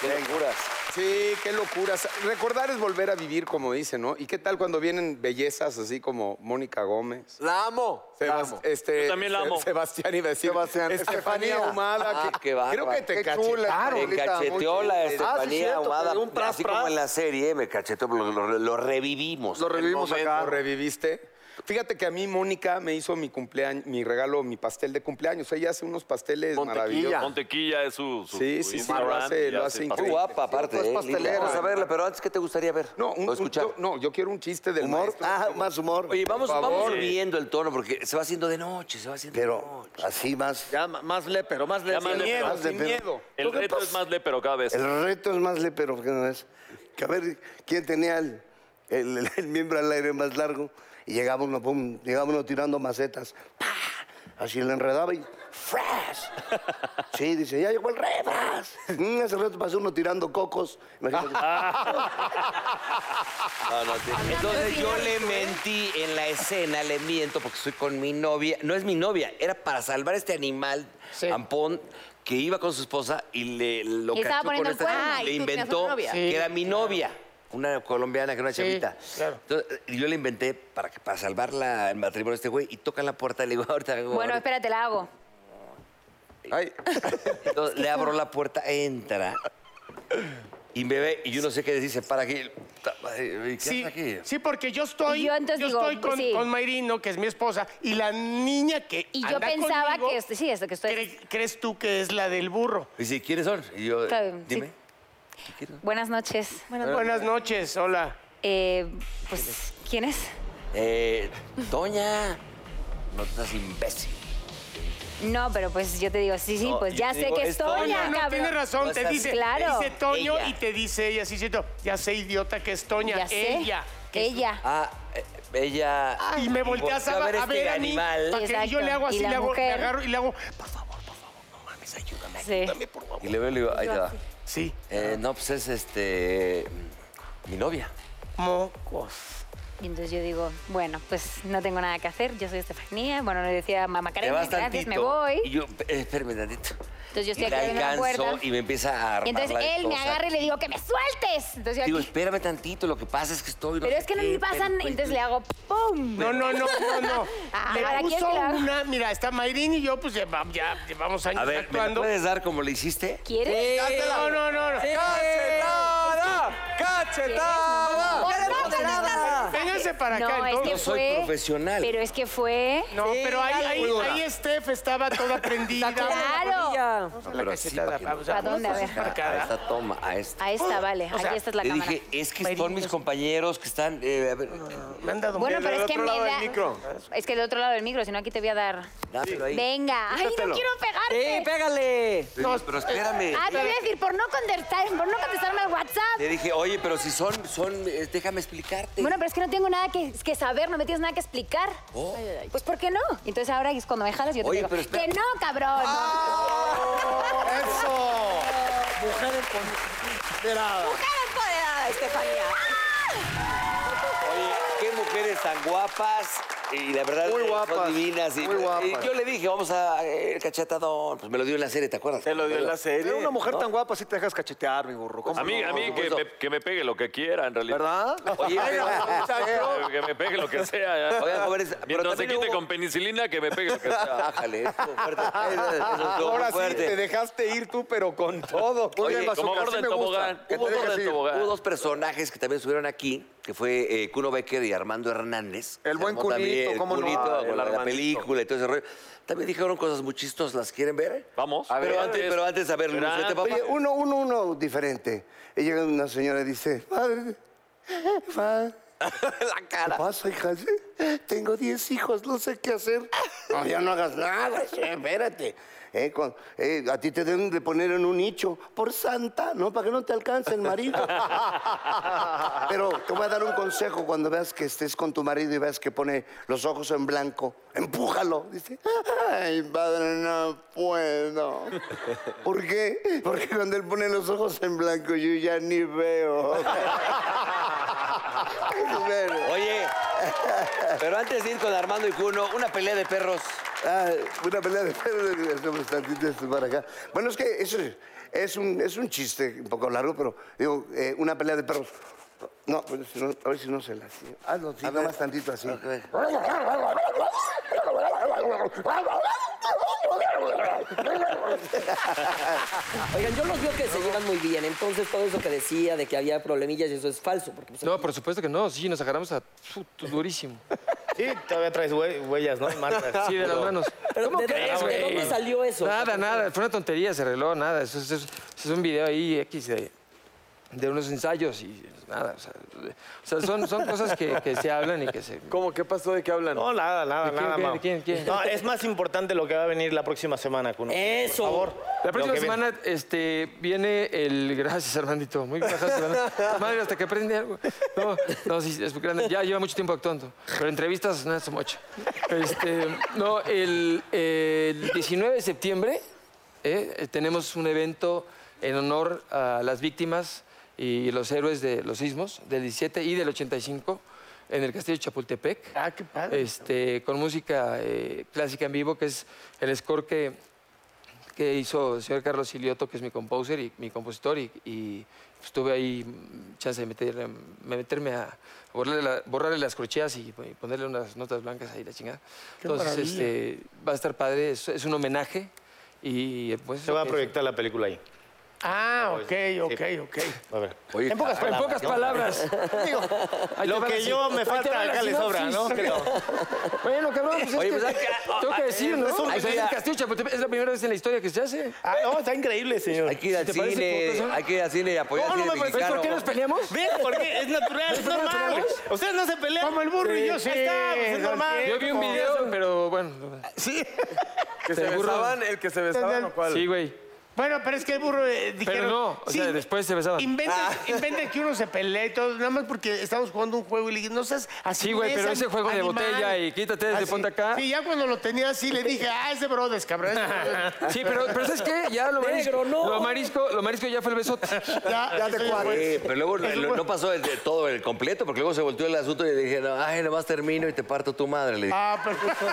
A: Qué locuras.
D: Sí, qué locuras. Recordar es volver a vivir, como dice, ¿no? ¿Y qué tal cuando vienen bellezas así como Mónica Gómez?
B: La amo.
D: Sebas- este,
C: Yo también la
D: Se-
C: amo.
D: Sebastián iba a decir.
B: Sebastián.
D: Estefanía
B: Estefanía.
D: Humada.
A: Ah,
D: que-
A: qué bárbaro.
D: creo que te
B: Qué chula,
D: cachetaron.
A: Me
B: Lolita,
A: cacheteó
B: muy chida.
A: la
B: Ah, sí,
A: Estefanía
B: cierto,
A: Ahumada.
B: pero un pras,
A: así
B: pras.
A: como en la serie, me cacheteó, pero lo, lo- lo revivimos.
B: Lo revivimos
D: momento,
B: acá.
D: reviviste. Fíjate que a mí Mónica me hizo mi cumpleaños, mi regalo, mi pastel de cumpleaños. Ella hace unos pasteles
B: Mantequilla.
D: maravillosos.
C: Montequilla es su, su-
D: Sí,
C: su
D: sí, sí,
C: Instagram
D: lo hace-
C: y
D: lo hace
C: pastel.
A: Muy
D: increíble.
A: guapa, aparte.
B: Sí,
A: ¿eh?
B: pues,
A: Linda.
B: pastelera.
A: Vamos a verla, pero antes, ¿qué te gustaría ver?
D: No, un- un-
A: ¿O escuchar?
D: yo- no, yo quiero un chiste del
G: ¿Humor?
D: maestro.
G: Ah, más humor.
A: Oye, vamos,
D: Por
A: vamos
D: favor.
A: subiendo el tono porque se va haciendo de noche, se va haciendo de
G: Pero
A: noche.
G: así más.
B: Ya, ma- más lepero, más lepero.
C: más lepero,
B: más
G: sin
B: lepero.
C: El reto es más lepero cada vez.
G: El reto es más lepero que no es. Que a ver quién tenía el, el- el- el miembro al aire más largo. Y llegaba uno, pum, llegaba uno tirando macetas. ¡Pa! Así le enredaba y ¡fras! Sí, dice, ya llegó el rebras. Mm, hace rato pasó uno tirando cocos. Imagínate.
A: Entonces yo le mentí en la escena, le miento porque estoy con mi novia. No es mi novia, era para salvar a este animal
E: Sí.
A: ampón que iba con su esposa y le lo
N: Y estaba
A: cachó con
N: poniendo el
A: esta
N: cuerno. Ah,
A: le
N: y tú tenías una
A: inventó
N: novia.
A: que era mi novia. una colombiana que era una
E: Sí,
A: chavita.
E: claro.
A: Entonces, y yo la inventé para, que- para salvar la- el matrimonio de este güey y toca en la puerta y le digo, ahorita.
N: Bueno, espérate, la hago.
A: Ay. Entonces, le abro la puerta, entra. Y me ve, y yo no sé qué decir, se para aquí. Ta- madre, ¿Qué
E: Sí,
A: hace aquí?
E: sí, porque yo estoy,
N: Y yo
E: yo
N: entonces digo,
E: estoy con,
N: sí.
E: con Mayrino, que es mi esposa, y la niña que
N: Y yo
E: anda
N: pensaba
E: conmigo,
N: que esto- sí, esto que estoy.
E: crees tú que es la del burro.
A: Y si ¿quiénes son? Y yo,
N: Está bien,
A: dime.
N: Buenas noches.
E: Buenas noches, hola.
N: Eh, pues, ¿quién es?
A: Eh, Doña, no estás imbécil.
N: No, pero pues yo te digo, sí, sí,
A: No,
N: pues
A: yo
N: ya
A: te
N: sé
A: digo,
N: que es
A: es
N: Toña,
A: Toña.
N: cabrón.
E: No, tienes razón,
A: No
E: te
A: seas-
E: dice,
N: pues Claro.
E: te dice Toño
A: Ella.
E: y te dice ella, sí, cierto, ya sé idiota que es Toña,
N: Ya sé.
E: ella. que es tu-
N: Ella.
A: Ah, eh, ella.
E: Y me volteas a,
A: volteó
E: a
A: este
E: ver a mí,
A: animal.
E: pa' que yo le
N: Exacto.
E: hago así,
N: Y la
E: le hago, le
N: mujer.
E: agarro y le hago,
N: Sí.
A: Y le veo y le digo, ahí te va.
E: Sí.
A: Eh, no, pues es este. Mi novia.
E: mocos.
N: Y entonces yo digo, bueno, pues no tengo nada que hacer, yo soy Estefanía, bueno, le decía mamá
A: te
N: Karen,
A: vas
N: Ah, pues gracias,
A: tantito.
N: me voy.
A: Y yo, eh, espérame tantito.
N: Entonces yo estoy
A: Y la
N: aquí en la
A: alcanzo
N: puerta.
A: y me empieza a armar
N: Y entonces
A: la
N: él me
A: cosa.
N: agarra y le digo, ¡que me sueltes! Entonces yo
A: Digo,
N: aquí,
A: espérame tantito, lo que pasa es que estoy...
N: pero es que no me pasan, entonces le hago ¡pum!
E: No, no, no, no, no.
N: Ah, ¿para
E: Le
N: quién
E: puso
N: te la hago?
E: una, mira, está Mayrín y yo, pues ya, va- ya llevamos años
A: A ver, ¿me la
E: actuando.
A: puedes dar como le hiciste?
N: ¿Quieres?
E: No, no, no, no.
F: ¡Cachetada! ¡Cachetada!
N: Ah,
E: Vénganse para acá,
N: No, es
E: entonces.
N: que
A: Yo soy
N: fue-
A: profesional.
N: Pero es que fue...
E: No, pero ahí, ahí,
A: muy dura.
E: ahí Steph estaba toda prendida.
N: ¡Claro!
A: No, pero así, para que no-
E: pausa.
N: ¿A dónde? A ver.
A: A esta toma, a esta.
N: A esta, vale,
E: Oh, O sea,
N: aquí esta es la
A: le
N: cámara.
A: dije, es que son mis compañeros que están... eh, a ver,
E: Me han dado un
N: Bueno,
E: miedo.
N: pero es
E: Del
N: que
E: otro
N: me
E: lado
N: da...
E: del micro.
N: Es que del otro lado del micro, si no aquí te voy a dar...
A: dáselo ahí.
N: Venga, Ah, ay, no quiero pegarte.
I: ¡Sí, pégale!
A: Le digo, pero espérame.
N: Ah, te voy a decir, por no contestar, por no contestarme al WhatsApp.
A: Le dije, oye, pero si son, son, eh, déjame explicarte.
N: Bueno, pero es que no tengo nada que, que saber, no me tienes nada que explicar.
A: Oh.
N: Pues ¿por qué no? Entonces ahora es cuando me jalas yo te
A: Oye,
N: digo,
A: pero espera.
N: que no, cabrón.
B: ¡Eso! Mujer empoderada.
J: Mujer empoderada, Estefanía.
A: Oye, qué mujeres tan guapas. Y la verdad,
B: Muy
A: eh,
B: guapas,
A: son divinas. Y,
B: muy guapas.
A: y yo le dije, vamos a eh, cachetadón. Pues me lo dio en la serie, ¿te acuerdas?
M: Te lo dio en la serie.
B: Pero una mujer tan guapa si te dejas cachetear, mi burro. ¿Cómo
C: A mí,
B: no?
C: a
A: Pues
C: mí que, me, que me pegue lo que quiera, en realidad.
B: ¿Verdad?
A: Oye, pero,
C: Eh, Que me pegue lo que sea. ya.
A: Oigan, jóvenes, pero
C: Mientras se
A: también
C: quite
A: hubo-
C: con penicilina, que me pegue lo que sea.
A: bájale, estuvo fuerte. Estuvo
F: Ahora sí,
A: fuerte.
F: te dejaste ir tú, pero con todo.
B: Muy bien,
C: como
B: bazooka,
C: gordo
B: sí
C: en
B: me gusta.
C: tobogán.
B: Que te
C: Hubo gordo
B: dejes
C: en
B: ir.
C: tobogán.
A: Hubo dos personajes que también estuvieron aquí, que fue eh, Cuno Becker y Armando Hernández.
B: El
A: Se
B: buen
A: armó también
B: Cunito,
A: el
B: ¿cómo no?
A: Cunito,
B: Ah,
A: con
B: el
A: la, de la
B: Armandito.
A: película y todo ese rollo. También dijeron cosas muy chistosas, ¿las quieren ver?
C: Vamos.
A: A ver,
C: Pero
A: pero, antes,
C: antes-
A: pero antes, a ver,
C: pero
A: Luis, vete,
C: antes-
A: papá.
G: Oye, uno, uno, uno diferente. Y llega una señora y dice, padre, padre,
A: la
G: ¿qué
A: cara.
G: pasa, hija? Tengo 10 hijos, no sé qué hacer. No, ya no hagas nada, sí, espérate. Eh, con- eh, a ti te deben de poner en un nicho, por santa, ¿no? Para que no te alcance el marido. Pero te voy a dar un consejo cuando veas que estés con tu marido y veas que pone los ojos en blanco. Empújalo. Dice, ay, padre, no puedo. ¿Por qué? Porque cuando él pone los ojos en blanco, yo ya ni veo. Bueno,
A: Oye, pero antes de ir con Armando y Cuno, una pelea de perros.
G: ah, una pelea de perros, le hacemos tantito esto para acá. Bueno, es que eso es, es un, es un chiste un poco largo, pero digo, eh, una pelea de perros. No, pero si no- a ver si no se la hacía. Hazlo, sí, nomás tantito así.
I: Oigan, yo los veo que se llevan muy bien, entonces todo eso que decía de que había problemillas y eso es falso. Porque, pues,
F: No, por supuesto que no. Sí, nos agarramos a puto, durísimo.
M: Sí, todavía traes hue- huellas, ¿no? Marcas.
F: Sí, de las manos.
I: Pero ¿de, dónde, de dónde salió eso?
F: Nada, nada. Fue una tontería, se arregló, nada. Eso, es- eso es un video ahí X de, de unos ensayos y nada. O sea, de- o sea, son, son cosas que, que se hablan y que se...
M: ¿Cómo? ¿Qué pasó? ¿De qué hablan? No, nada, nada,
F: ¿De quién,
M: nada,
F: qué, de
M: Mau.
F: quién, quién?
M: No, es más importante lo que va a venir la próxima semana, Kuno.
I: Eso.
M: Por favor.
F: La
M: Lo
F: próxima
M: que viene.
F: semana este, viene el. Gracias, Armandito. Muy bien, gracias, Armando. Madre, hasta que aprende algo. No, no, sí, es grande. Ya lleva mucho tiempo actuando. Pero entrevistas, nada, es mucho. Este, no, el, el 19 de septiembre eh, eh, tenemos un evento en honor a las víctimas y los héroes de los sismos del 17 y del 85 en el Castillo de Chapultepec.
E: Ah, qué padre.
F: Este, con música eh, clásica en vivo, que es el score que que hizo el señor Carlos Silioto, que es mi composer y mi compositor, y, y pues, tuve ahí mm, chance de meter- me- meterme a borrarle, la- borrarle las crochillas y, y ponerle unas notas blancas ahí, la chingada.
O: ¡Qué
F: Entonces,
O: maravilla!
F: este, va a estar padre, es, es un homenaje. Y pues.
O: Se va a
F: es-
O: proyectar la película ahí.
E: Ah, ok, ok,
O: Sí.
E: ok.
O: A ver.
E: En pocas
O: caray,
E: palabras,
O: ¿no?
E: ¿no?
O: Digo,
F: Ahí te
O: lo
F: va
O: que
F: la
O: yo
F: sin-
O: me
F: ahí te va
O: falta
F: la
O: acá le sobra, ¿no?
F: sinopsis.
O: Creo.
F: Bueno, cabrón, pues es
O: Oye,
F: que
O: pues, hay que-
F: tengo que decir, ¿no?
O: es un-
F: Ahí está
O: hay que-
F: el Castillo Chapultepec, es la primera vez en la historia que se hace.
O: Ah, no, está increíble, señor.
A: Hay que ir al
F: ¿Te parece
A: cine,
F: poco,
A: hay que ir al cine y apoyar al
F: No, no
A: cine
F: me parece. ¿Ves
A: mexicano.
F: por qué nos peleamos?
O: ¿Ves? Porque es natural, es normal. Ustedes no se pelean. Como el burro
E: y yo, sí.
O: Ahí está, pues, es
E: Sí,
O: normal.
F: Yo vi un video, pero bueno.
O: Sí.
M: ¿Que se
F: burro.
M: besaban? ¿El que se besaban o cuál?
F: Sí, güey.
E: Bueno, pero es que el burro eh, dijeron...
F: no, o sea, después se besaban.
E: Inventan, inventan que uno se pelea y todo, nada más porque estamos jugando un juego y le dije, no seas así.
F: Sí, güey,
E: eres
F: pero ese juego de
E: animal".
F: botella y quítate, te
E: Así.
F: ponte acá.
E: Sí, ya cuando lo tenía así le dije, ah, ese brodes, cabrón. ese brodes".
F: Sí, pero, pero ¿sabes qué? Ya lo marisco,
E: Negro, no.
F: lo marisco, lo marisco ya fue el besote.
E: Ya, ya te cuadro.
A: Sí, pero luego no- no, pasó el, de todo el completo, porque luego se volteó el asunto y le dije, no, ay, nomás termino y te parto tu madre. Le dije,
E: Ah, perfecto.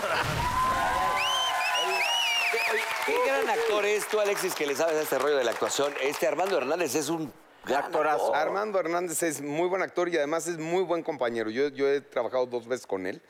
A: ¿Qué gran actor es tú, Alexis, que le sabes a este rollo de la actuación? Este Armando Hernández es un gran actor.
D: Ah, Armando Hernández es muy buen actor y además es muy buen compañero. Yo, yo he trabajado dos veces con él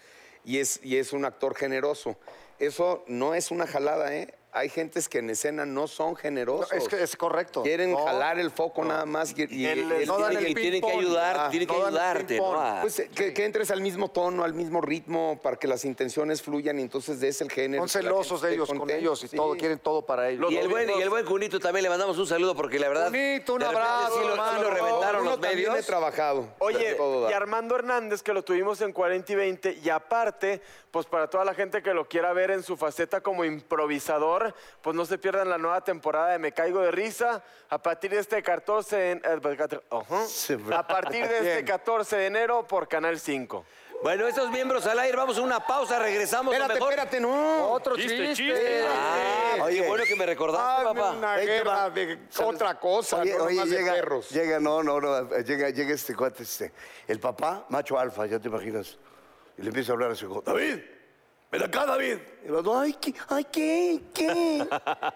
D: y es, y es un actor generoso. Eso no es una jalada, ¿eh? Hay gentes que en escena no son generosos.
G: No, es que es correcto.
D: Quieren
G: No,
D: jalar el foco nada más. Y, y-
G: Él-
D: y-
G: no
D: él
G: dan
D: tiene-
G: el
D: y tienen que
G: ping-pong.
D: ayudar,
G: Ah,
D: tienen
G: no
D: que
G: dan el
D: ayudarte. ¿no?
G: ping-pong.
D: Ah. Pues, eh, que, que entres al mismo tono, al mismo ritmo, para que las intenciones fluyan y entonces des el género.
G: Son celosos de ellos, con ellos y todo, quieren todo para ellos.
A: Y el, buen, y el buen Junito también le mandamos un saludo porque la verdad.
G: Junito, un
A: de repente
G: abrazo,
A: Sí lo, sí
G: hermano.
A: lo reventaron
G: Uno
A: los
G: también
A: medios.
G: he
D: trabajado.
M: Oye,
D: todo
M: y
D: da.
M: Armando Hernández, que lo tuvimos en 40 y 20, y aparte, pues para toda la gente que lo quiera ver en su faceta como improvisador, pues no se pierdan la nueva temporada de Me Caigo de Risa. A partir de este 14 en- eh, Ajá. A partir de este 14 de enero por Canal 5.
A: Bueno, estos miembros al aire, vamos a una pausa, regresamos.
D: Espérate, espérate, no.
G: Otro
A: chiste. Ah, qué bueno que me recordaste,
D: Hazme
A: papá.
D: una guerra de otra cosa,
G: Oye,
D: no
G: oye,
D: nomás de
G: llega,
D: perros.
G: llega, no, no, no, llega, llega este cuate, este, el papá, macho alfa, ya te imaginas. Y le empieza a hablar a su hijo, David, ven acá, David. Y el otro, ay, ¿qué? Ay, ¿qué? ¿Qué?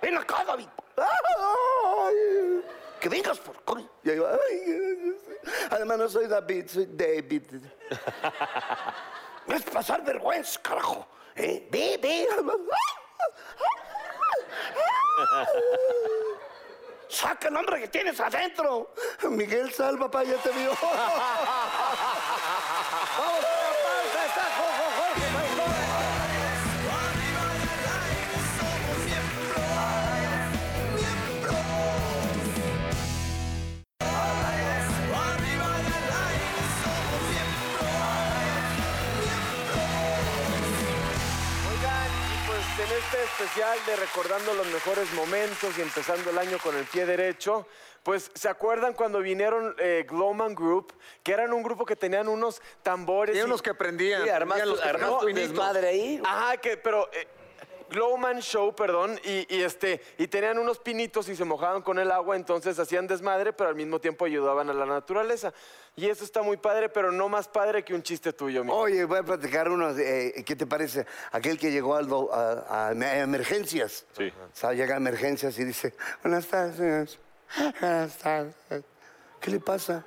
G: ven acá, David. Ay, que vengas por coño. Y ahí va, ay, ay, ay. además no soy David, soy David. Me haces pasar vergüenza, carajo. ¿Eh? Ve, ve. Saca el hombre que tienes adentro. Miguel Salva, papá, ya te vio.
M: Oigan, y pues en este especial de recordando los mejores momentos y empezando el año con el pie derecho, pues ¿se acuerdan cuando vinieron eh, Glowman Group? Que eran un grupo que tenían unos tambores.
B: Había unos que prendían,
A: Sí, armaste-
M: prendían los que
A: armaste
M: prendían
A: un
M: pinitos.
A: desmadre ahí.
M: Ajá, que, pero... eh, Glowman Show, perdón, y, y este, y tenían unos pinitos y se mojaban con el agua, entonces hacían desmadre, pero al mismo tiempo ayudaban a la naturaleza. Y eso está muy padre, pero no más padre que un chiste tuyo, mi
G: Oye, voy a platicar uno. eh, ¿Qué te parece? Aquel que llegó al do- a, a- a emergencias. Sí. O sea, llega a emergencias y dice, buenas tardes. Buenas tardes. ¿Qué le pasa?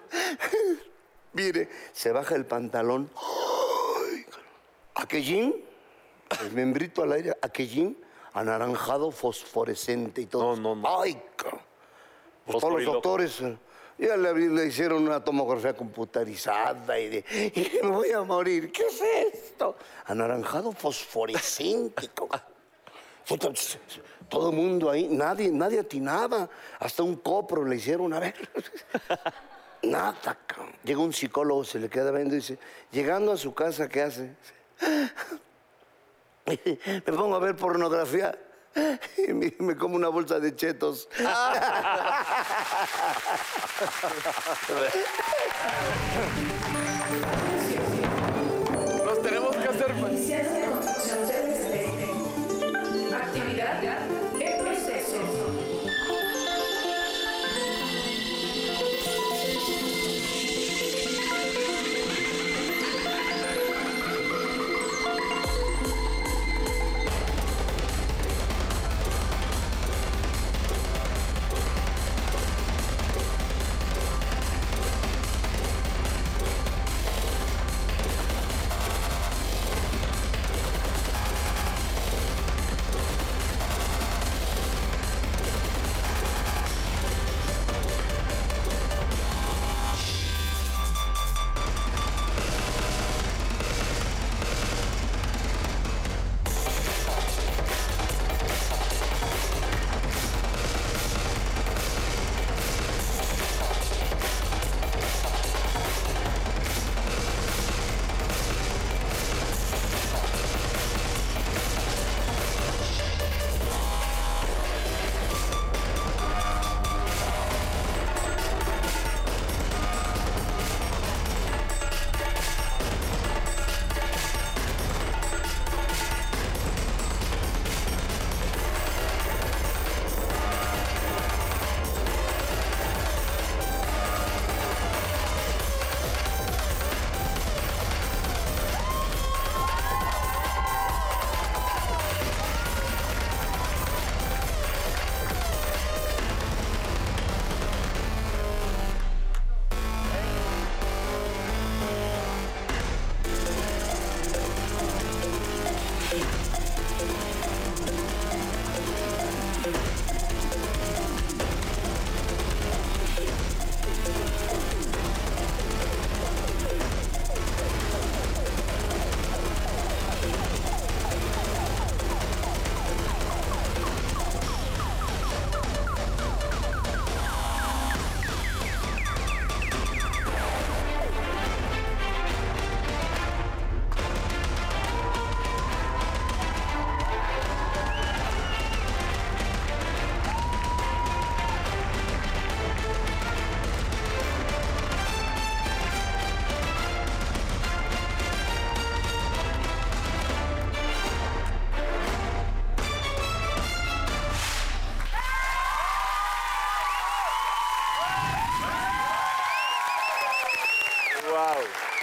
G: Mire, se baja el pantalón. ¡Ay! Aquellín, el membrito al aire, aquellín anaranjado fosforescente y todo. No, no, no. ¡Ay, cabrón! Pues todos los
H: Fosforiloco.
G: doctores eh, ya le, abrí- le hicieron una tomografía computarizada y de, me voy a morir. ¿Qué es esto? Anaranjado fosforescente. cabrón. Puta, Todo el mundo ahí, nadie, nadie atinaba. Hasta un copro le hicieron a ver. Nada, cabrón. Llega un psicólogo, se le queda viendo y dice, llegando a su casa, ¿qué hace? Me pongo a ver pornografía y me, me como una bolsa de chetos.
M: Nos tenemos que hacer.
K: Actividad en proceso.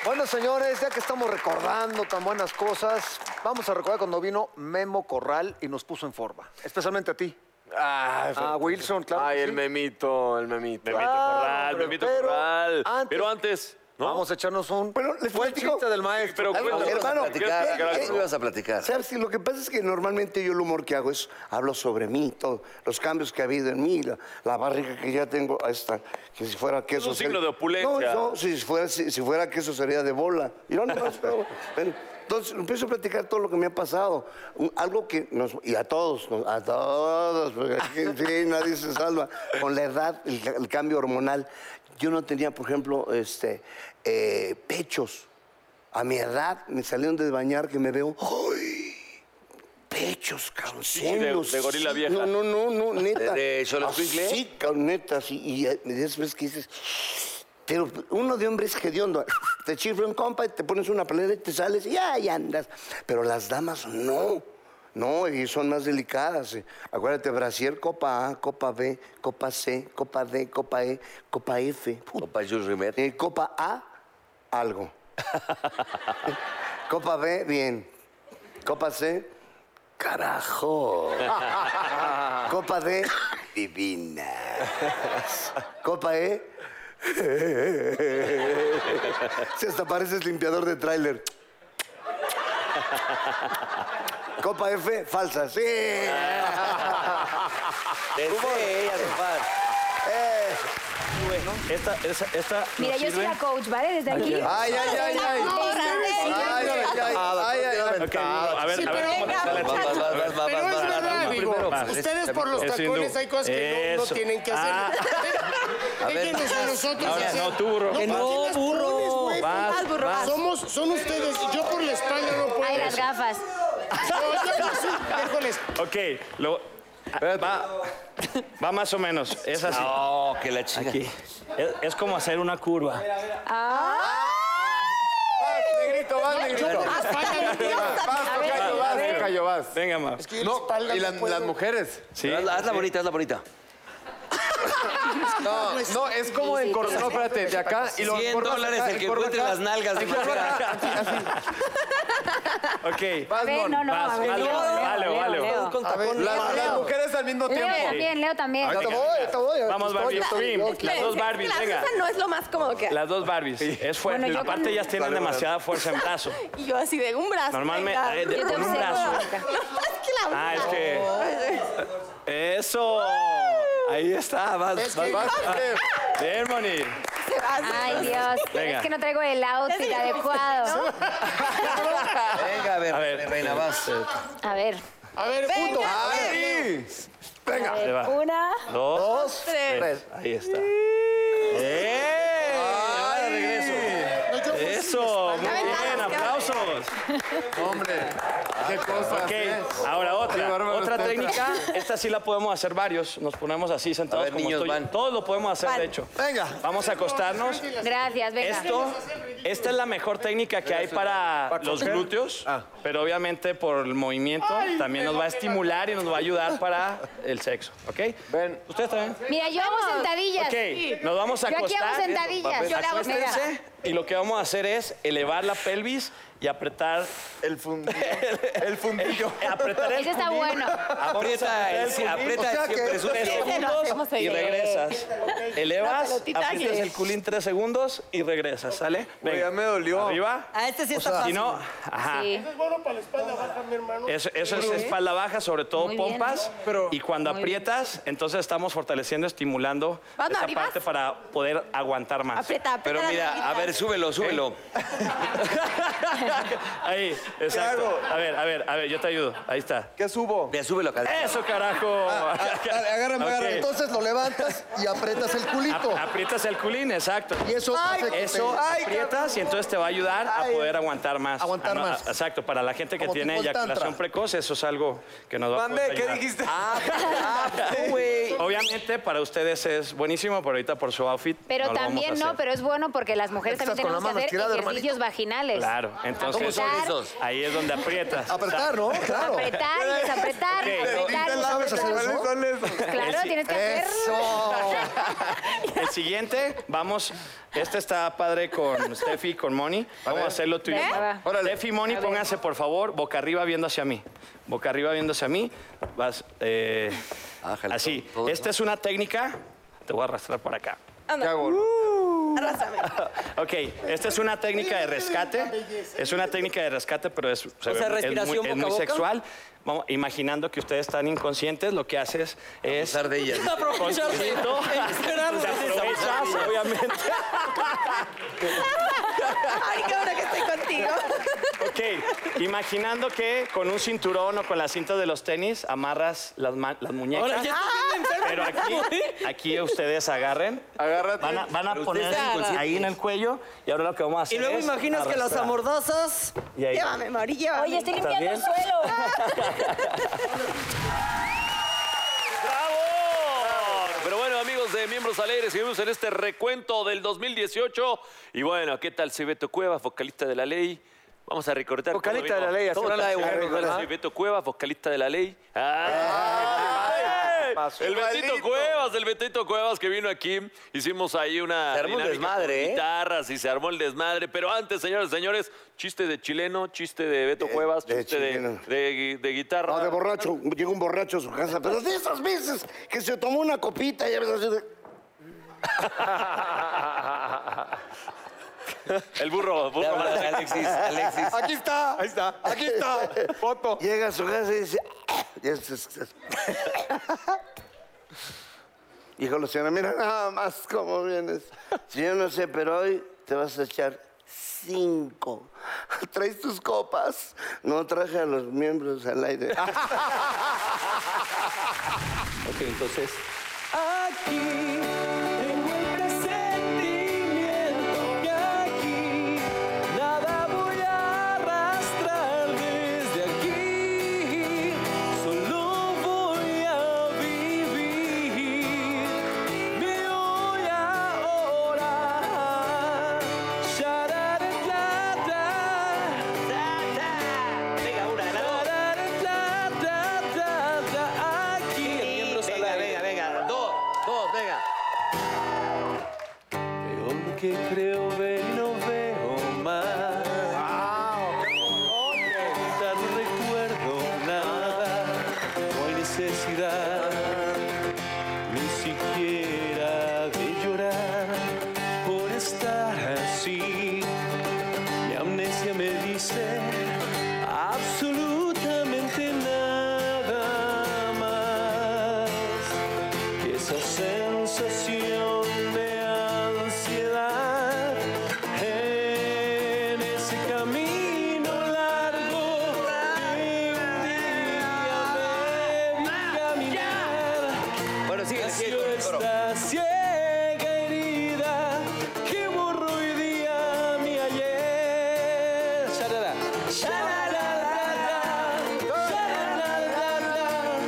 B: Bueno, señores, ya que estamos recordando tan buenas cosas, vamos a recordar cuando vino Memo Corral y nos puso en forma. Especialmente a ti.
M: Ah,
B: a Wilson, claro.
M: Ay,
B: que
M: el
B: sí.
M: memito, el memito.
B: Memito Corral, Claro, Memito pero Corral. antes- Pero
C: antes,
B: Vamos a echarnos un. Bueno,
G: les platico.
B: del maestro.
G: Pero
B: Algo-
G: hermano,
B: platicar,
G: ¿qué-
B: algo.
G: qué- ¿Sabes? qué? Lo que pasa es que normalmente yo el humor que hago es hablo sobre mí, todo, los cambios que ha habido en mí, la, la barriga que ya tengo, ahí está, que si fuera queso.
C: un
G: sería-
C: signo de opulencia.
G: No, no, si fuera, si, si fuera queso sería de bola. Y no, no, no, pero- pero, entonces empiezo a platicar todo lo que me ha pasado. Un- algo que nos. Y a todos, nos- a todos, porque aquí, sí, nadie se salva. Con la edad, el, ca- el cambio hormonal. Yo no tenía, por ejemplo, este, eh, pechos. A mi edad me salieron de bañar que me veo. ¡Ay! Pechos, cabrón. senos,
C: de gorila
G: sí.
C: vieja.
G: No, no, no, no, neta.
A: ¿De- de
D: Ah,
A: Xoloitzcuintle?
G: Sí, cabrón, neta, sí. Y eh, después que dices. Pero uno de hombre es hediondo. Te chifla un compa y te pones una pelea y te sales y ahí andas. Pero las damas no. No, y son más delicadas. eh. Acuérdate, Brasier, Copa A, Copa B, Copa C, Copa D, Copa E, Copa F. Copa
A: Jules Rimet.
G: Copa A, algo. Copa B, bien. Copa C, carajo. Copa D, divina. Copa E. Si hasta pareces limpiador de tráiler. Copa F, falsa, sí.
O: Esta, esa- esta nos
N: Mira, yo soy
O: sirve.
N: la coach, ¿vale? Desde aquí.
O: Ay, ay, ay, ay.
N: ay,
O: A ver,
N: Sí,
O: a ver,
N: pero
O: ¿cómo
N: venga,
O: está la
N: muchachos.
O: chica? A ver.
N: Pero es verdad,
O: Va,
N: digo,
O: primero, va.
N: ustedes por
O: Es
N: los
O: hindú.
N: tacones hay cosas que no- no
O: Eso.
N: tienen que hacer.
O: Ah.
N: A ver.
O: Déjenos a nosotros
N: Ahora,
O: hacer.
N: no, tú, burro. Que no,
O: tienes
N: burro.
O: pulmones, güey.
N: Vas, Vas, burro, vas.
O: Somos, son ustedes. Yo por la espalda no puedo.
N: Ay, las gafas.
O: No, yo no soy- miércoles.
H: Ok, lo- va, va más o menos. Es así.
A: No, que la chica.
H: Aquí. Es, es como hacer una curva.
O: Negrito, vas, negrito.
H: Venga, ma.
O: que yo la espalda
D: y
O: no
D: las,
O: puedo.
D: las mujeres.
A: Sí, hazla, hazla bonita, hazla bonita.
D: No, no, es como en corto. No, espérate, de acá y lo
A: 100
D: encorvas
A: dólares
D: acá,
A: el que
D: encorvas
A: encuentre
D: acá.
A: las nalgas de
D: Encorvas
A: María.
D: acá, así, así.
H: Ok.
N: A ver, no, no,
H: Vas,
N: a ver,
H: vale,
N: Leo, Leo,
H: vale,
N: Leo,
H: vale.
N: Leo.
H: Con tacón,
N: A ver,
H: las-
N: Leo.
H: las mujeres al mismo
N: Leo
H: tiempo.
N: también, Leo también.
H: Ahorita
N: Venga.
H: voy, ahorita voy. Vamos, Barbie, tú bien. Las dos Barbies,
P: La
H: venga.
P: Susan no es lo más cómodo que hay.
H: Las dos Barbies. Es fuerte.
P: Bueno, yo
H: Aparte,
P: con-
H: ellas tienen
P: Vale, vale.
H: demasiada fuerza en brazo.
P: Y yo así de un brazo.
H: Normalmente,
P: venga.
H: eh, de- Yo te con un observo. brazo. Ah, es que- Eso. Ahí está. Vas, vas, vas. Bien, Moni.
N: Ay, Dios.
H: Venga.
N: Es que no traigo el outfit adecuado.
A: Venga, a ver, reina, vas.
N: A ver. pues.
O: A ver, puto. A ver.
N: Venga.
H: Ahí va.
N: Una.
H: Dos,
O: Dos,
H: tres.
O: tres.
H: Ahí está. ¡Eh! Ahora regreso. Eso, muy bien, aplausos. Hombre, qué cosa. Ok, ahora
O: Qué
H: otra.
O: bárbaro
H: Otra
O: usted.
H: técnica, esta sí la podemos hacer varios. Nos ponemos así sentados
A: A ver,
H: como
A: niños,
H: estoy.
A: van.
H: Todos lo podemos hacer, de hecho. Venga. Vamos a acostarnos.
N: Gracias, venga.
H: Esto, esta es la mejor técnica que hay para Ah. los
N: coger.
H: glúteos, pero obviamente por el movimiento también nos va a estimular y nos va a ayudar para el sexo, ¿ok? Ven. ¿Ustedes también?
N: Mira, yo hago sentadillas.
H: Ok, nos vamos a
N: Yo
H: acostar.
N: aquí hago sentadillas.
H: Acuéstense, Y lo que vamos a hacer es elevar la pelvis y apretar el fundillo. el, fundillo.
M: Eh,
H: apretar el
N: Ese está
H: fundillo.
N: bueno.
H: Vamos a
A: Aprieta, el,
H: apretar el
A: aprieta
H: fundillo. O sea
A: siempre
H: que
A: sucio.
H: tres segundos y regresas. Elevas, aprietas el culín tres segundos y regresas, ¿sale? Venga. ya me dolió. Arriba.
O: Ah, este sí
H: O
O: está
H: sea, Si
O: fácil.
H: no, ajá.
O: Eso es bueno para la espalda baja, mi hermano.
H: Eso, eso es espalda baja, sobre todo
O: Muy bien.
H: pompas. y cuando
O: Muy bien.
H: aprietas, entonces estamos fortaleciendo, estimulando
O: Vamos,
H: esa
O: arriba.
H: parte para poder aguantar más.
O: Aprieta, aprieta Pero la mira, nalguita. a ver,
A: súbelo, súbelo.
H: Eh. Ahí, exacto. A ver, a ver, a ver, yo te ayudo. Ahí está.
A: ¿Qué subo? Ya súbelo, cara.
H: ¡Eso, carajo! ah,
A: dale, agárrame,
H: Ok.
A: agárrame.
Q: Entonces lo levantas y aprietas el culito.
H: Ap- aprietas el culín, exacto. Y
Q: eso Ay, hace que
H: eso
Q: te- ay,
H: aprietas y entonces te va a ayudar a poder aguantar más.
Q: Aguantar
H: Ah, no,
Q: más.
H: a- Exacto, para la gente que
Q: Como
H: tiene
Q: tipo el
H: eyaculación
Q: tantra.
H: precoz, eso es algo que nos va a poder ayudar.
A: Ah,
H: Ah, Obviamente para ustedes es buenísimo, pero ahorita por su outfit.
N: Pero
H: no lo vamos a
N: también no,
H: hacer.
N: pero es bueno porque las mujeres
H: Estás
N: también tenemos
H: con la
N: que
H: mano
N: hacer
H: estirada,
N: ejercicios vaginales.
H: Claro,
N: ¿Cómo
H: entonces
N: son esos?
H: ahí es donde aprietas.
Q: Apretar, ¿no? Claro.
N: Apretar y desapretar,
H: Ok.
N: apretar y
Q: ¿Sabes hacer
N: desapretar.
Q: eso?
N: Claro, tienes que hacer.
Q: Eso.
H: El siguiente, vamos. Este está padre con Steffi, con Moni. Vamos a hacerlo tú y yo.
K: Venga, va. Órale.
H: Steffi, Moni,
K: A ver.
H: pónganse, por favor, boca arriba viendo hacia mí. Boca arriba viendo hacia mí. Vas, eh, así. Esta es una técnica. Te voy a arrastrar por acá.
P: Anda.
K: Uh.
P: Arrásame.
H: Ok, esta es una técnica de rescate. Es una técnica de rescate, pero es, se ve-
I: sea,
H: es muy-
I: respiración
H: es muy,
I: boca a boca.
H: sexual. Vamos, imaginando que ustedes están inconscientes, lo que haces es... Abusar de ellas.
K: Aprovecharse. Esperarlo.
H: aprovechas, obviamente.
K: Ay, qué bueno que estoy contigo.
H: Ok, imaginando que con un cinturón o con la cinta de los tenis amarras las, ma- las muñecas.
K: Ahora, ya estás viendo enfermo,
H: Pero aquí, aquí ustedes agarren. Van a, van a
K: Pero
H: poner
K: ustedes agarran.
H: ahí en el cuello y ahora lo que vamos a hacer
K: Y luego
H: es
K: imaginas que las
H: arrastrar.
K: amordazas.
H: Y ahí.
K: Llévame, Mari, llévame.
N: Oye, estoy
H: ¿Estás
N: limpiando el
H: bien?
N: suelo.
C: Pero bueno, amigos de Miembros Alegres, seguimos en este recuento del 2018. Y bueno, ¿qué tal soy Beto Cuevas, vocalista de la ley? Vamos a recortar. cómo
B: Vocalista
C: vino-
B: de la ley, así
C: ¿Cómo
B: era la
C: está
B: de
C: Soy
B: Guadalupe,
C: Beto-
B: ¿verdad?
C: Soy Beto Cuevas, vocalista de la ley. Ah. ¡Ay! El Betito Cuevas, el Betito Cuevas que vino aquí. Hicimos ahí una
A: Se armó un
C: dinámica
A: desmadre,
C: con
A: ¿eh?
C: guitarras y se armó el desmadre. Pero antes, señores, señores, chiste de chileno, chiste de Beto Cuevas, chiste de,
G: chileno.
C: de- de guitarra.
G: No, de borracho. Llega un borracho a su casa, pero de esas veces que se tomó una copita y a veces así de...
C: El burro, burro.
A: Alexis, Alexis.
G: Aquí está. Ahí está. Aquí está. Foto. Llega a su casa y dice... "Ah", Y es- es- es- Hijo Luciana, mira nada más cómo vienes. Si yo no sé, pero hoy te vas a echar cinco. ¿Traes tus copas? No traje a los miembros al aire.
A: Ok, entonces.
K: Aquí tengo el presentimiento que aquí nada voy a arrastrar desde aquí. Solo voy a vivir. Me voy ahora. Venga, una, Aquí. Venga, venga, venga. Dos, dos, venga.
C: Veo lo que creo ver y no veo más. Ya no recuerdo nada. No hay necesidad ni siquiera de llorar por estar así. Mi amnesia me dice
K: Absolutamente nada más. Esa sensación de ansiedad en ese camino largo que un día debí caminar. Bueno, sí, esta ciega herida que borró hoy día mi ayer. Shalala. Shalalala. Shalalala.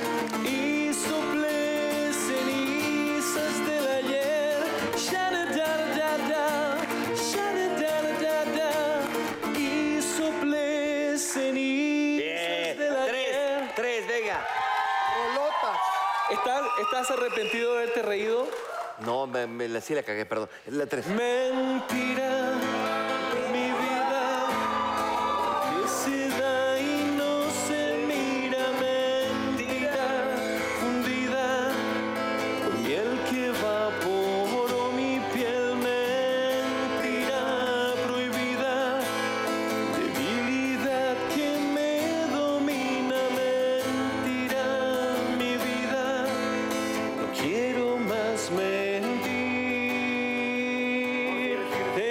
K: Y soplé cenizas del ayer. Shaladadada. Shaladadada. Y soplé cenizas del ayer. Tres, tres, venga.
O: ¿Estás, ¿Estás arrepentido de haberte reído?
A: No, me, me la, sí la cagué, perdón. Es La tres.
K: Mentira, mi vida, que se da y no se mira. Mentira, fundida, con miel que evaporó mi piel. Mentira, prohibida, debilidad que me domina. Mentira, mi vida, no quiero más mentir. Te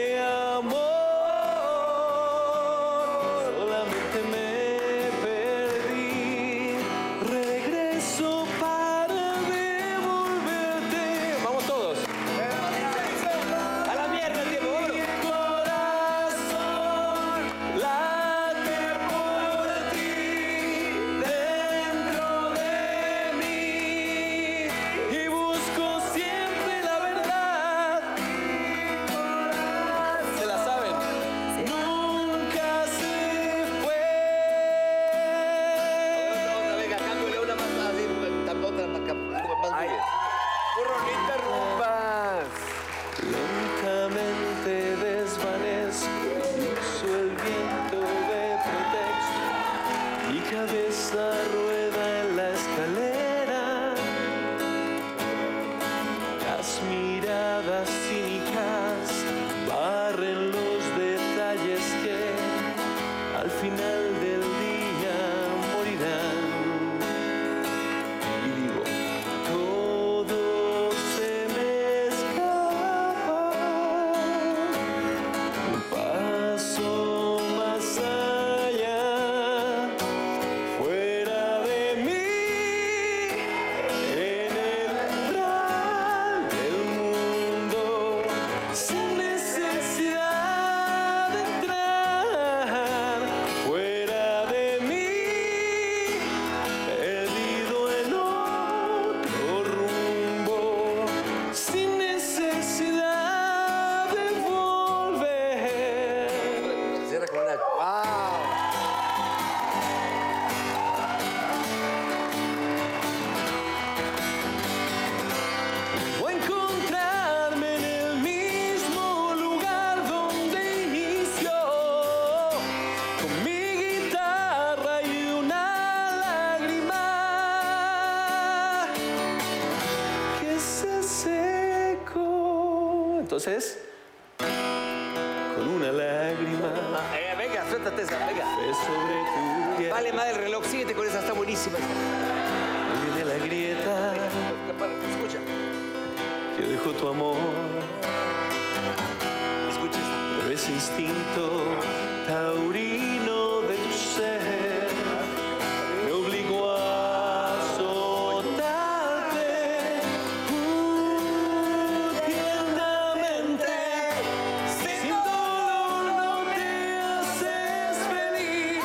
A: Ah, pues,
O: Entonces, con una lágrima.
A: Eh, venga, suéltate esa, venga. Vale, madre, el reloj, síguete con esa, está buenísima. pues,
O: Viene la grieta.
A: Escucha.
O: que dejó tu amor. Escuches. Pero ese instinto taurino de tu ser me obligó a azotarte tiernamente. Sin dolor no te haces feliz.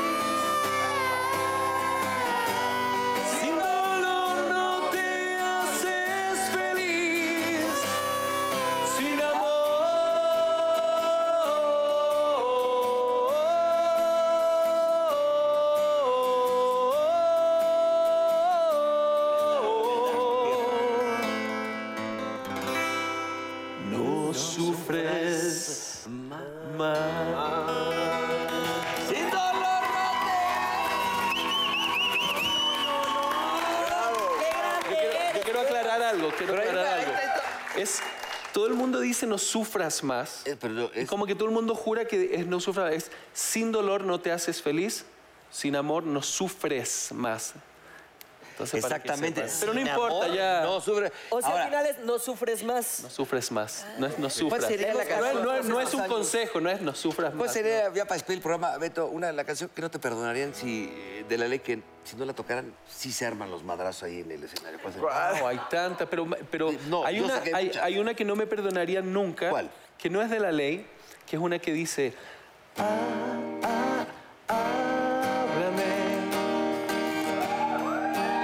O: Sin dolor no te haces feliz. Sin amor. No sufres más.
A: Sin dolor
O: Yo quiero, yo quiero aclarar algo, quiero aclarar algo. Es, todo el mundo dice no sufras más.
A: Eh,
O: Y Como que todo el mundo jura que es no sufras. Es sin dolor no te haces feliz, sin amor no sufres más. Entonces, para que
A: Exactamente.
O: sepas. Pero no
A: Sin
O: importa,
A: amor,
O: ya.
A: No sufres.
R: O sea,
O: Ahora-
R: al final es no sufres más.
O: No sufres más. No es no sufras.
A: sería la
O: No es-
A: canción?
O: no es- no es un
A: Hace años.
O: consejo, no es no sufras
A: Pues
O: más.
A: sería, ya para despedir el programa, Beto, una de la canción que no te perdonarían si eh, de la ley que si no la tocaran, sí se arman los madrazos ahí en el escenario. ¿Cuál sería?
O: Wow, hay tanta, pero, pero hay,
A: yo
O: una,
A: sé que hay
O: hay,
A: muchas.
O: hay una que no me perdonaría nunca, que no es de la ley, que es una que dice,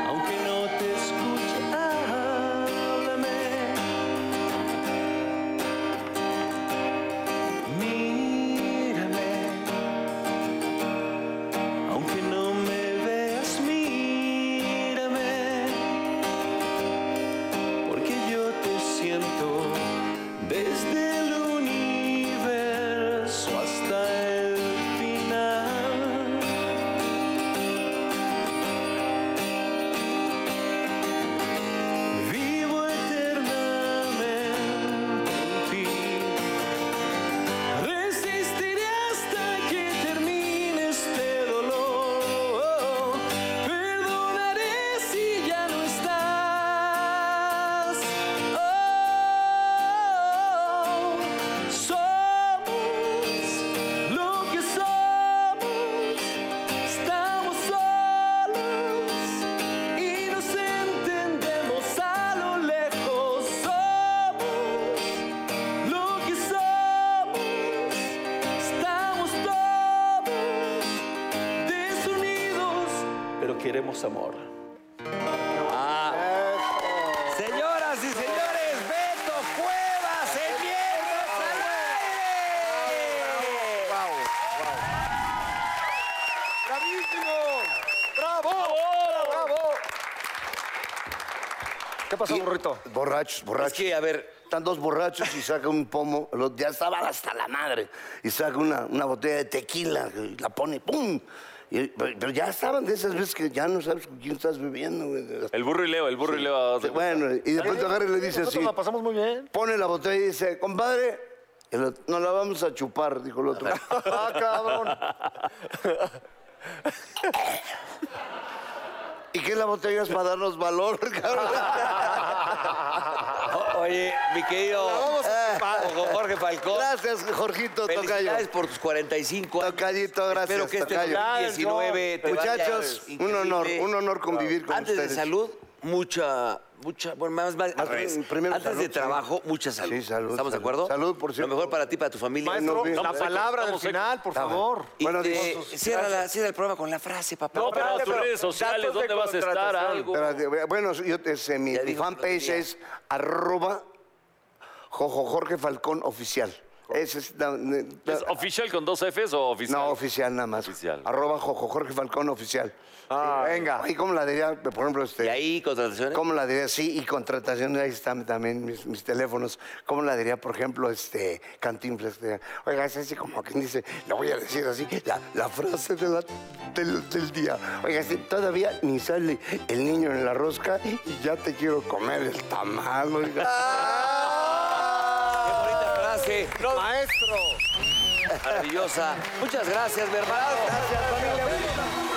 K: Aunque no te escuche, háblame. Mírame. Aunque no me veas, mírame. Porque yo te siento desde el universo hasta el final. Vivo eternamente en ti. Resistiré hasta que termine este dolor. Perdonaré si ya no estás. Oh, somos lo que somos. Estamos solos y nos entendemos a lo lejos. Somos lo que somos, estamos todos desunidos.
O: pero queremos amor.
A: Ah. Señoras y señores, Beto Cuevas en Miembros al Aire.
S: ¡Bravísimo! ¡Bravo! ¡Bravo!
G: ¿Qué pasó, burrito? Borrachos, borrachos. Es que, a ver. Están dos borrachos y saca un pomo, los- ya estaban hasta la madre, y saca una, una botella de tequila, y la pone, ¡pum! Y- pero, pero ya estaban de esas veces que ya no sabes con quién estás viviendo, güey.
C: El burro y Leo, el burro y Leo. haz de cuenta.
G: Bueno, y Eh, de pronto agarra y le
C: Eh,
G: dice así.
S: Nosotros la pasamos muy bien.
G: Pone la botella y dice, compadre, el otro, no la vamos a chupar, dijo el otro. ah, cabrón. ¿Y qué la botella es para darnos valor, cabrón?
A: Oye, mi querido
G: La vamos a chupar.
A: Jorge Falcón.
G: Gracias, Jorgito Tocayo.
A: Felicidades por tus 45 años.
G: Tocallito, gracias.
A: Espero que este
G: tocayo.
A: 2019 te vaya
G: Muchachos, un
A: increíble.
G: honor, un honor convivir con
A: Antes
G: ustedes.
A: de salud, mucha, mucha, bueno, más, más, al
G: Más
A: revés.
G: bien, primero
A: Antes
G: salud,
A: de
G: sí.
A: trabajo, mucha salud.
G: Sí, salud,
A: ¿Estamos de
G: salud.
A: acuerdo?
G: Salud, por
A: Lo mejor para ti, para tu familia.
S: Maestro,
A: Nos vemos.
S: la
A: Estamos
S: palabra
A: secos,
S: del
A: estamos
S: final,
A: secos.
S: por favor.
A: Y
S: Bueno,
A: te-
S: dichosos.
A: cierra, la-
S: Gracias.
A: cierra el programa con la frase, papá.
C: No, pero
A: Espérate,
C: tus redes sociales,
A: datos de
C: ¿dónde vas a estar?
A: contratación.
C: Algo.
G: Espérate, bueno, yo te sé, mi, mi fanpage es arroba Jojo Jorge Falcón Oficial. Ese es, la- la-
C: ¿Es oficial con dos Fs o oficial?
G: no, oficial nada más. Arroba Jojo Jorge Falcón Oficial. venga. ¿Y cómo la diría, por ejemplo, usted? ¿Y
A: ahí contrataciones?
G: ¿Cómo la diría? Sí, y contrataciones, ahí están también mis, mis teléfonos. ¿Cómo la diría, por ejemplo, este, Cantinflas? Diría, Oiga, es así como quien dice, le voy a decir así, la, la frase de la- del, del día. Oiga, sí, todavía ni sale el niño en la rosca y ya te quiero comer el tamal, oiga.
A: Qué bonita noche. Maestro. Maravillosa. Muchas gracias, mi hermano. Gracias, familia.
K: Oh, Oh.